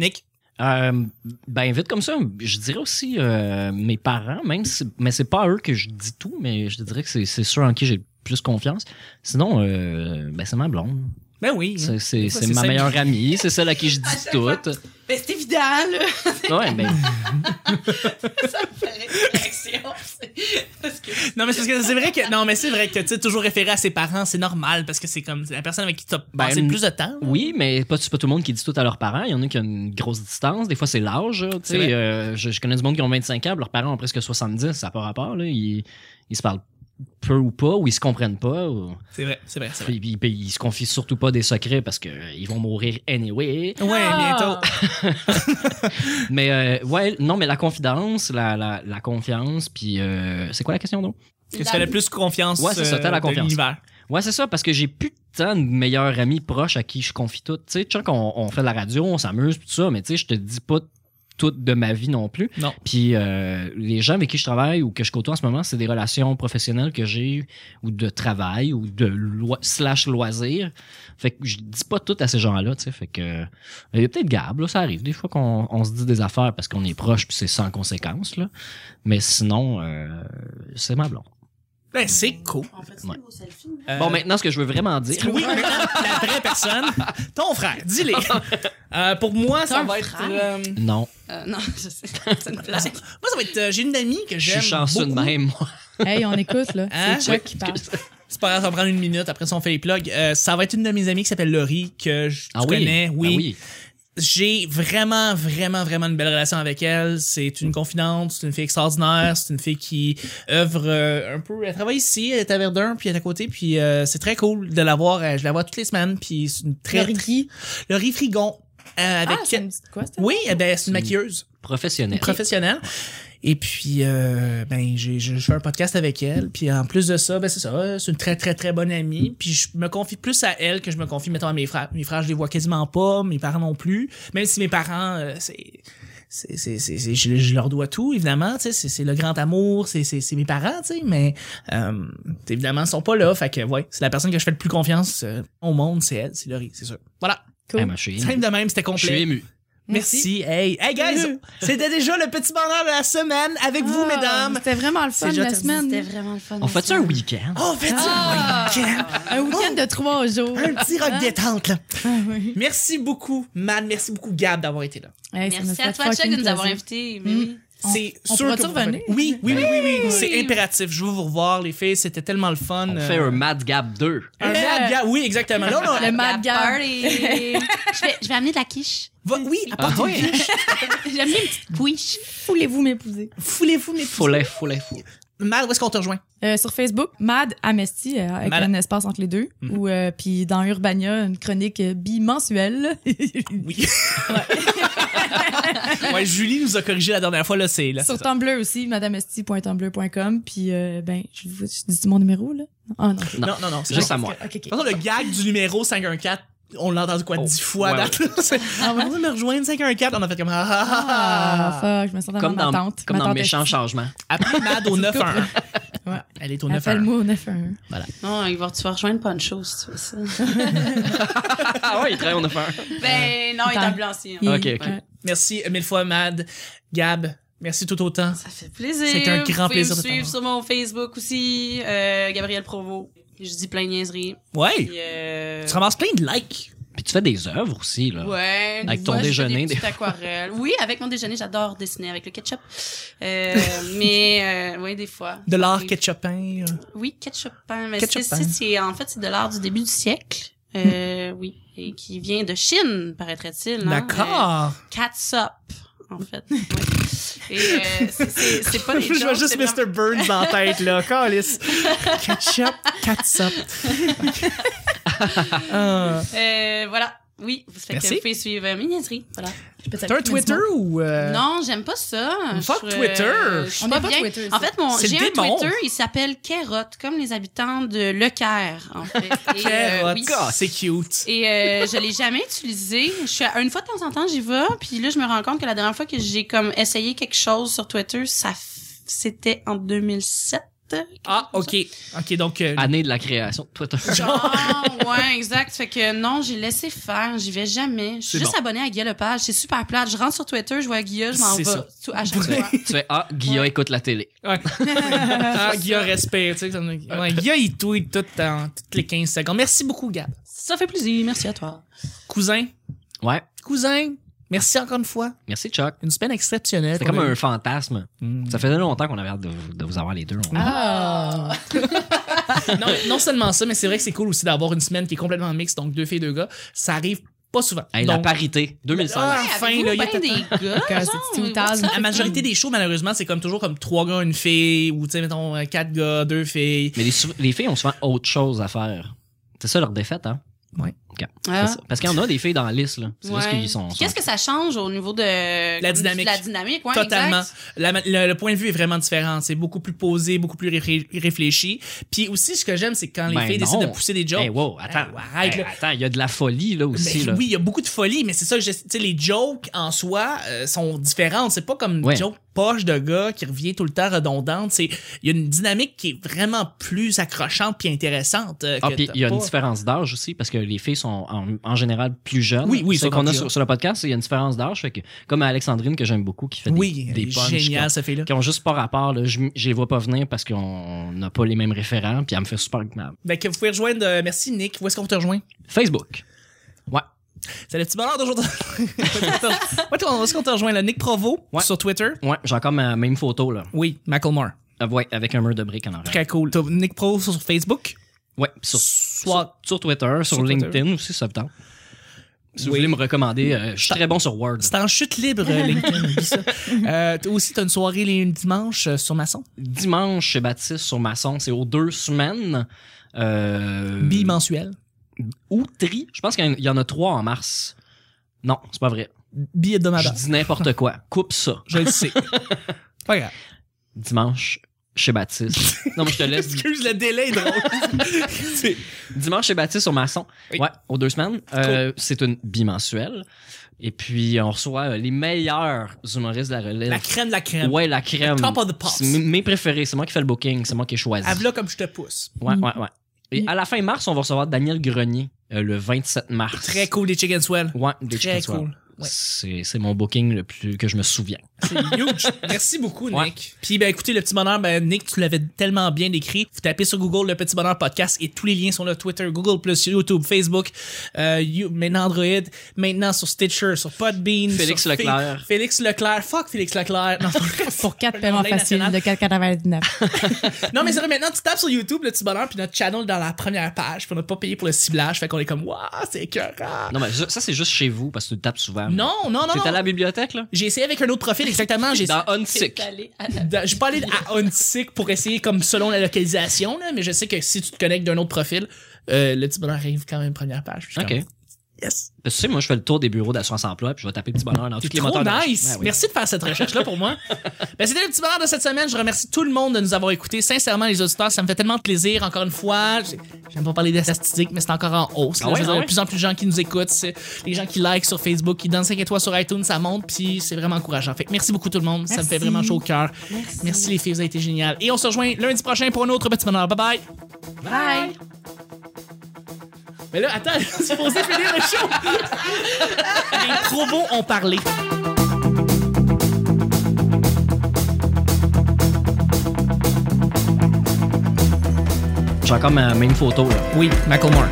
S1: Nick?
S3: Euh, ben vite comme ça, je dirais aussi euh, mes parents, même si, mais c'est pas à eux que je dis tout, mais je te dirais que c'est, c'est ceux en qui j'ai le plus confiance. Sinon, euh, ben c'est ma blonde.
S1: Ben oui.
S3: C'est, c'est,
S1: fois,
S3: c'est
S1: c'est
S3: ma
S1: simple.
S3: meilleure amie, c'est celle à qui je
S4: À
S3: dis
S4: chaque
S3: tout.
S4: fois. Ben, c'est évident, là. <laughs>
S3: Ouais, ben,
S4: ça me fait réaction. <laughs> c'est- parce que-
S1: <laughs> Non, mais c'est parce que c'est vrai que, non, mais c'est vrai que, tu sais, toujours référé à ses parents, c'est normal parce que c'est comme c'est la personne avec qui t'as
S3: Ben,
S1: passé le plus de temps.
S3: oui, mais pas, c'est pas tout le monde qui dit tout à leurs parents. Il y en a qui ont une grosse distance. Des fois, c'est l'âge. là, tu
S1: C'est
S3: sais.
S1: vrai.
S3: Euh, je, je connais du monde qui ont 25 ans, puis leurs parents ont presque 70. Ça n'a pas rapport. Là. Ils, ils se parlent peu ou pas, ou ils se comprennent pas. ou-
S1: C'est vrai, c'est vrai, c'est vrai.
S3: Puis, puis- puis ils se confient surtout pas des secrets parce qu'ils ils vont mourir anyway.
S1: Ouais,
S2: Ah!
S1: bientôt.
S3: Mais euh, ouais, non, mais la confidence, la, la, la confiance, puis euh, c'est quoi la question donc?
S1: Que tu fais le plus confiance
S3: Ouais, c'est ça, t'as la
S1: euh, de
S3: confiance.
S1: l'univers.
S3: Ouais, c'est ça, parce que j'ai plus tant de meilleurs amis proches à qui je confie tout. Tu sais, Chuck, on, on fait de la radio, on s'amuse, puis tout ça, mais tu sais, je te dis pas tout de ma vie non plus.
S1: Non.
S3: Puis euh, les gens avec qui je travaille ou que je côtoie en ce moment, c'est des relations professionnelles que j'ai ou de travail ou de loi- slash loisirs. Fait que je dis pas tout à ces gens-là, tu sais. Fait que euh, il y a peut-être Gab, là, ça arrive des fois qu'on on se dit des affaires parce qu'on est proche puis c'est sans conséquence, là. Mais sinon, euh, c'est ma blonde.
S1: Ben, c'est
S3: <laughs>
S1: cool.
S4: On fait
S3: Ouais.
S4: au selfie?
S1: Euh,
S3: Bon, maintenant, ce que je veux vraiment dire.
S1: Oui, mais la vraie personne, ton frère,
S3: <laughs>
S1: dis-le. Euh, pour moi, ça
S4: Ton
S1: va être.
S4: frère?
S1: euh,
S3: Non,
S4: Euh, non, je sais. C'est une blague.
S1: moi, ça va être. euh, J'ai une amie que
S3: je
S1: j'aime.
S3: suis chanceux
S1: beaucoup.
S3: de même, moi. <laughs>
S2: Hey, on écoute, là.
S1: Hein?
S2: C'est Chuck qui parle.
S1: C'est pas grave, ça va prendre une minute. Après, ça, on fait les plugs. Euh, ça va être une de mes amies qui s'appelle Laurie, que je tu
S3: Ah oui.
S1: connais.
S3: Ah
S1: oui.
S3: oui.
S1: J'ai vraiment, vraiment, vraiment une belle relation avec elle. C'est une confidente, c'est une fille extraordinaire, c'est une fille qui œuvre euh, un peu. Elle travaille ici, elle est à Verdun, puis elle est à côté, puis euh, c'est très cool de la voir. Euh, Je la vois toutes les semaines, puis c'est une très...
S2: Laurie qui?
S1: Laurie Frigon. euh, avec...
S2: Ah, ça me dit de quoi, ça?
S1: oui, eh ben, c'est une maquilleuse <laughs>
S3: Professionnel.
S1: professionnelle. Et puis, euh, ben, j'ai, je, je fais un podcast avec elle. Puis en plus de ça, ben, c'est ça, euh, c'est une très, très, très bonne amie. Puis je me confie plus à elle que je me confie, mettons, à mes frères. Mes frères, je les vois quasiment pas, mes parents non plus. Même si mes parents, euh, c'est... C'est, c'est, c'est, c'est- je, je leur dois tout, évidemment, tu sais, c'est, c'est le grand amour, c'est, c'est, c'est mes parents, tu sais, mais euh, évidemment, ils sont pas là, fait que, ouais, c'est la personne que je fais le plus confiance euh, au monde, c'est elle, c'est Laurie, c'est sûr. Voilà,
S2: Cool.
S3: Ah, moi, je suis ému.
S1: simple de même, c'était
S3: Je
S1: complet.
S3: suis ému.
S1: Merci. Hey, hey guys, c'était déjà le petit bonheur de la semaine avec vous,
S2: Ah,
S1: mesdames.
S2: C'était vraiment le fun
S1: C'est
S2: de la
S1: gentil.
S4: C'était
S2: semaine.
S4: vraiment le fun.
S3: On fait ça un week-end.
S1: Oh, faites
S2: Ah.
S1: un week-end.
S2: Un week-end de trois jours.
S1: hein? Un petit rock détente, là.
S2: Ah oui.
S1: Merci beaucoup, Mad. Merci beaucoup, Gab, d'avoir été là.
S2: Hey, ça me
S4: Merci
S2: fait
S4: à toi, Chuck,
S2: fucking
S4: de nous avoir
S2: plaisir.
S4: invités. Mais oui.
S2: On-
S1: C'est
S2: on
S1: sûr
S2: pourra-tu
S1: que vous
S2: revenir?
S1: revenez. Oui, oui, oui, oui, oui. C'est impératif. Je veux vous revoir, les filles. C'était tellement le fun.
S3: On
S1: Euh,
S3: fait un Mad Gab 2.
S1: un
S2: Le-
S1: Mad Gab. Oui, exactement. Là, on a-
S2: Le Mad
S4: La
S2: Gab.
S4: party. je, vais, je vais amener de la quiche.
S1: va- oui,
S3: Ah
S1: apportez
S3: oui,
S4: J'ai amené une petite quiche.
S2: Voulez-vous m'épouser?
S1: Foulez-vous, mes petits.
S3: foulet, foulet, foulet.
S1: Mad, où est-ce qu'on te rejoint?
S2: Euh, sur Facebook, Mad Amesti, euh, avec
S1: Mad-
S2: un espace entre les deux.
S1: Mhm.
S2: Ou euh, puis dans Urbania, une chronique euh, bimensuelle. <laughs>
S1: Oui. <laughs> ouais, Julie nous a corrigé la dernière fois, là, c'est là.
S2: sur
S1: c'est ça.
S2: Tumblr aussi, madameesti.tumblr.com. Puis, euh, ben, je vous je dis mon numéro, là? Ah non.
S1: Non, non, non. c'est
S3: Juste
S1: bon.
S3: à moi.
S2: Ok, ok.
S1: De toute façon, le gag du numéro 514, on l'a entendu quoi,
S3: Oh,
S1: 10 fois à
S3: ouais,
S1: date, là. <laughs> C'est, Ah, on va me rejoindre 514. On a fait comme. Ah, ah,
S2: Ah,
S1: ah.
S2: fuck, je me sens dans
S3: Comme
S2: ma
S3: dans,
S2: tante.
S3: comme
S2: Ma
S3: dans
S2: tante
S3: Méchant
S2: est-
S3: Changement.
S1: Appelle Mad
S4: <laughs>
S1: au 911.
S2: Ouais.
S1: Elle est au 911.
S2: Appelle-moi au 911.
S4: Non, il va, tu vas rejoindre Poncho si tu fais ça.
S3: Ah ouais, il travaille, on a fait un.
S4: ben non, il est
S2: Attends.
S4: ambulancier.
S2: Il-
S3: Ok, ok.
S2: ouais.
S1: Merci mille fois, Mad. Gab, merci tout autant.
S4: Ça fait plaisir.
S1: C'est un grand
S4: Vous pouvez
S1: plaisir de
S4: me suivre
S1: t'avoir.
S4: sur mon Facebook aussi, euh, Gabriel Provo. Je dis plein de niaiseries.
S1: Ouais.
S4: Puis, euh,
S1: Tu ramasses plein de likes.
S3: Puis tu fais des œuvres aussi, là.
S4: Ouais,
S3: Avec
S4: des
S3: ton
S4: fois, je fais
S3: déjeuner,
S4: Des
S3: des
S4: petites aquarelles. Oui, avec mon déjeuner, j'adore dessiner avec le ketchup. Euh, mais, euh, oui, des fois.
S1: De l'art
S4: Oui.
S1: ketchupin. euh.
S4: Oui, ketchup pain. Mais
S1: Ketchup
S4: c'est-
S1: pain. Hmm.
S4: c'est- c'est- en fait, c'est de l'art du début du siècle. Euh, Oui, et qui vient de Chine, paraîtrait-il. hein. Euh,
S1: D'accord.
S4: catsup, en fait. <laughs> Ouais. Et euh, c'est- c'est c'est pas des
S1: <laughs> Je vois
S4: jokes,
S1: juste
S4: c'est
S1: Mr. Burns en tête,
S4: <laughs>
S1: là. Calice. Ketchup, catsup. Euh,
S4: Euh, voilà. Oui, vous faites
S1: Merci.
S4: que vous pouvez suivre euh, mes niaiseries. Voilà.
S1: T'as un Twitter ou. euh,
S4: Non, j'aime pas ça.
S1: Fuck
S4: Je, euh,
S1: Twitter.
S4: je suis
S2: On
S4: pas
S2: n'a pas
S4: bien.
S2: Twitter,
S4: En
S2: ça.
S4: fait, mon,
S1: C'est le
S4: j'ai un
S1: démon.
S4: Twitter, il s'appelle Carotte, comme les habitants de Lecaire,
S1: <laughs>
S4: en fait. Et, euh,
S1: Carotte.
S4: oui.
S1: Ah, C'est cute.
S4: Et euh, je l'ai jamais utilisé. Je suis à- une fois de temps en temps, j'y vais, puis là je me rends compte que la dernière fois que j'ai comme essayé quelque chose sur Twitter, ça f- c'était en 2007.
S1: Ah, ok. Ok, donc. euh,
S3: Année de la création de Twitter.
S4: Genre, ouais, exact. Fait que non, j'ai laissé faire, j'y vais jamais. Je
S1: C'est
S4: suis juste
S1: bon.
S4: abonnée à Guilla Lepage, c'est super plate. Je rentre sur Twitter, je vois Guilla, je m'en
S1: C'est
S4: vais.
S1: ça.
S4: Tout, à chaque fois.
S3: tu fais Ah, Guilla écoute la télé.
S1: Ouais. ah, Guy a respect, tu sais. ça me- Ouais, Guy, il tweet tout le temps, toutes les 15 secondes. Merci beaucoup, Gab.
S4: <laughs> Ça fait plaisir, merci à toi.
S1: Cousin,
S3: Ouais.
S1: cousin, merci encore une fois.
S3: Merci, Chuck.
S1: Une semaine exceptionnelle.
S3: C'était
S1: qu'on
S3: comme
S1: a
S3: un
S1: eue.
S3: fantasme.
S1: Mm.
S3: Ça faisait longtemps qu'on avait hâte de, vous- de vous avoir les deux. On-
S2: Ah!
S1: <laughs> non, mais non seulement ça, mais c'est vrai que c'est cool aussi d'avoir une semaine qui est complètement mixte, donc deux filles, deux gars. Ça arrive pas souvent.
S3: Hey, la
S1: donc,
S3: parité, 2005.
S1: Ah,
S4: Hey,
S1: enfin,
S4: avez-vous
S1: là, il y a
S4: ben des gars.
S2: Quand
S4: genre,
S2: c'est
S4: what's
S2: timide.
S4: up?
S1: la majorité des shows, malheureusement, c'est comme toujours comme trois gars, une fille, ou tu sais, mettons, euh, quatre gars, deux filles.
S3: Mais les, sou- les filles ont souvent autre chose à faire. C'est ça leur défaite, hein?
S1: Ouais.
S3: Ok.
S4: Ah.
S3: C'est ça. Parce qu'il y en a des filles dans la liste, là. C'est juste
S4: Ouais.
S3: qu'ils sont.
S4: Puis
S3: sont-
S4: Qu'est-ce que ça change au niveau de comme tu dis,
S1: dynamique.
S4: La dynamique, ouais,
S1: Totalement.
S4: exact.
S1: La ma- le, le point de vue est vraiment différent. C'est beaucoup plus posé, beaucoup plus ré- réfléchi. Puis aussi, ce que j'aime, c'est quand les
S3: Ben
S1: filles
S3: non.
S1: décident de pousser des jokes.
S3: Hey, wow, attends.
S1: Hey, Ben, arrête,
S3: Hey,
S1: là.
S3: attends, il y a de la folie, là,
S1: Ben,
S3: aussi, là.
S1: oui, il y a beaucoup de folie, mais c'est ça que je- tu sais, les jokes en soi euh, sont différentes. C'est pas comme une
S3: Ouais.
S1: joke poche de gars qui revient tout le temps redondante. C'est il y a une dynamique qui est vraiment plus accrochante puis intéressante. euh,
S3: Ah,
S1: que
S3: puis
S1: t'as
S3: il y a une
S1: pas.
S3: différence d'âge aussi, parce que les filles sont en, en général plus jeunes.
S1: Oui, oui, ça,
S3: Celles qu'on
S1: quand
S3: a
S1: il y a-
S3: sur, sur le podcast, il y a une différence d'âge. Fait que, comme Alexandrine, que j'aime beaucoup, qui fait des,
S1: Oui,
S3: des
S1: elle est
S3: punchs
S1: géniale cette fille là.
S3: qui ont- qui ont juste pas rapport, là, je, je les vois pas venir parce qu'on n'a pas les mêmes référents, puis elle me fait super mal.
S1: Ben, que vous pouvez rejoindre. euh, merci Nick. Où est-ce qu'on te rejoint?
S3: Facebook. Ouais.
S1: C'est le petit bonheur d'aujourd'hui. <laughs> Ouais, on- où est-ce qu'on te rejoint? Là? Nick Provo
S3: Ouais.
S1: sur Twitter.
S3: Ouais, j'ai encore ma même photo, là.
S1: Oui, Macklemore.
S3: Ah, ouais, avec un mur de briques en arrière.
S1: Très cool. T'as Nick Provo sur Facebook.
S3: Ouais, sur,
S1: Soit-
S3: sur, sur Twitter, sur,
S1: Twitter.
S3: LinkedIn aussi, ça me tente. Si vous
S1: Oui.
S3: voulez me recommander, euh, je suis très bon sur Word.
S1: C'est en chute <laughs> libre, euh, LinkedIn. oublie ça. Euh, t'as aussi, t'as une soirée les dimanches euh, sur Maçon.
S3: Dimanche chez Baptiste sur Maçon, c'est aux deux semaines. Euh,
S1: Bimensuel.
S3: ou tri. Je pense qu'il y en- il y en a trois en mars. Non, c'est pas vrai. Je
S1: Bi-hebdomadaire.
S3: dis n'importe quoi. Coupe ça.
S1: Je le sais. <laughs> Pas grave.
S3: Dimanche
S1: <laughs>
S3: chez Baptiste. non, mais je te laisse.
S1: Excuse le délai est <laughs> drôle.
S3: Dimanche chez Baptiste au maçon.
S1: Oui.
S3: Ouais, aux deux semaines. Euh, C'est une bimensuelle. Et puis, on reçoit euh, les meilleurs humoristes de la relève.
S1: la crème, de la crème.
S3: Ouais, la crème.
S1: The top of the pops.
S3: C'est mes- mes préférés. C'est moi qui fais le booking. C'est moi qui ai choisi.
S1: Avela comme je te pousse.
S3: Ouais, ouais, ouais.
S1: Mm.
S3: Et à la fin mars, on va recevoir Daniel Grenier euh, le 27 mars.
S1: Très cool, les chicken swell.
S3: Ouais, des
S1: Très
S3: chicken
S1: cool. Ouais.
S3: C'est c'est mon booking le plus que je me souviens.
S1: C'est huge. Merci beaucoup,
S3: Ouais.
S1: Nick. Puis, ben, écoutez, le petit bonheur, ben, Nick, tu l'avais tellement bien décrit. Vous tapez sur Google le petit bonheur podcast et tous les liens sont là. Twitter, Google, YouTube, Facebook, euh, You- maintenant Android, maintenant sur Stitcher, sur Podbean.
S3: Félix
S1: sur Fe-
S3: Leclerc.
S1: Félix Leclerc. Fuck Félix Leclerc. Non,
S2: <laughs> Pour 4
S1: Le
S2: paiements
S1: Lorraine
S2: faciles
S1: nationale.
S2: de 4,99.
S1: non, mais c'est vrai, maintenant, tu tapes sur YouTube le petit bonheur, puis notre channel est dans la première page, puis on n'a pas payé pour le ciblage. Fait qu'on est comme, waouh, c'est écœurant.
S3: Non, mais ça, ça, c'est juste chez vous parce que tu le tapes souvent.
S1: Non, non, non.
S3: T'es allé à
S1: non.
S3: la bibliothèque, là?
S1: J'ai essayé avec un autre profil, exactement. J'ai
S3: Dans
S4: C'est
S3: Unsick.
S4: allé à la-
S1: Je suis pas allé à Unsick pour essayer comme selon la localisation, là, mais je sais que si tu te connectes d'un autre profil, euh, le petit bonheur arrive quand même première page. Je suis
S3: OK.
S1: comme, yes.
S3: Parce que tu sais, moi, je fais le tour des bureaux d'assurance-emploi puis je vais taper petit bonheur dans tous
S1: C'est
S3: les
S1: trop
S3: moteurs. de-
S1: nice.
S3: Ben oui.
S1: Merci de faire cette recherche-là pour
S3: <laughs>
S1: moi. ben, c'était le petit bonheur de cette semaine. Je remercie tout le monde de nous avoir écoutés. Sincèrement, les auditeurs, ça me fait tellement de plaisir. Encore une fois, j'ai- j'aime pas parler des statistiques, mais c'est encore en hausse. là.
S3: Ah ouais,
S1: Je veux dire,
S3: ah ouais?
S1: De plus en plus de gens qui nous écoutent, c'est- les gens qui likent sur Facebook, qui donnent 5 étoiles sur iTunes, ça monte, puis c'est vraiment encourageant. Fait que merci beaucoup tout le monde. Ça me fait
S2: Merci.
S1: vraiment chaud au cœur. Merci les filles, vous avez été géniales. Et on se rejoint lundi prochain pour un autre petit bonheur. Bye bye.
S4: Bye!
S1: Mais là, attends, <laughs> c'est pour ça finir le <laughs> show. Les probos ont parlé.
S3: J'ai encore ma même photo, là.
S1: Oui, Macklemore.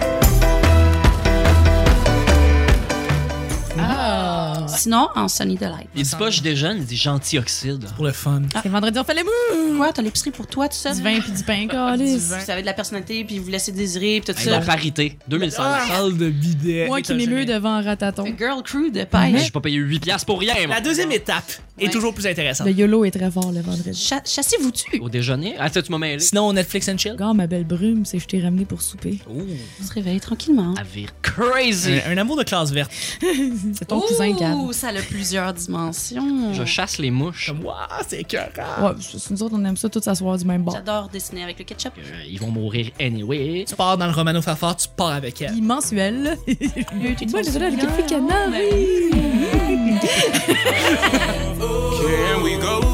S4: Sinon, en Sunny Delight.
S3: Il dit pas je déjeune, il dit gentil oxyde.
S1: Pour le fun.
S2: C'est vendredi, on fait les mous!
S4: Quoi, t'as l'épicerie pour toi, tout ça?
S2: Du vin puis du pain,
S4: Vous
S2: calice.
S4: avez de la personnalité, puis vous laissez désirer, puis tout
S3: Hey, la
S4: ça.
S3: parité, 2005.
S1: Parle de bidet.
S2: Moi qui m'émeut devant Rataton.
S4: Le Girl crew de paille.
S3: J'ai pas payé 8 piastres pour rien, moi.
S1: La deuxième étape est
S4: Ouais.
S1: toujours plus intéressante.
S2: Le YOLO est très fort le vendredi.
S4: Cha- Chassez-vous-tu?
S3: Au déjeuner? Ah, tu sais, tu m'as mêlé.
S1: Sinon, Netflix and chill.
S2: Regarde ma belle brume, c'est que je t'ai ramené pour souper.
S3: Ouh,
S4: On se réveille tranquillement.
S3: ça vire crazy.
S1: Un, un amour de classe verte.
S2: C'est ton cousin Gab.
S4: Ouh, ça a plusieurs dimensions.
S3: Je chasse les mouches.
S1: Comme, waouh, c'est écœurant.
S2: Ouais, c'est- c'est nous autres, on aime ça tous s'asseoir du même bord.
S4: J'adore dessiner avec le ketchup.
S3: Euh, ils vont mourir anyway.
S1: Tu pars dans le Romano Fafard, tu pars avec elle.
S2: Puis <laughs> mensuel. Moi, j'ai donné le café canard, oui.
S5: Can we go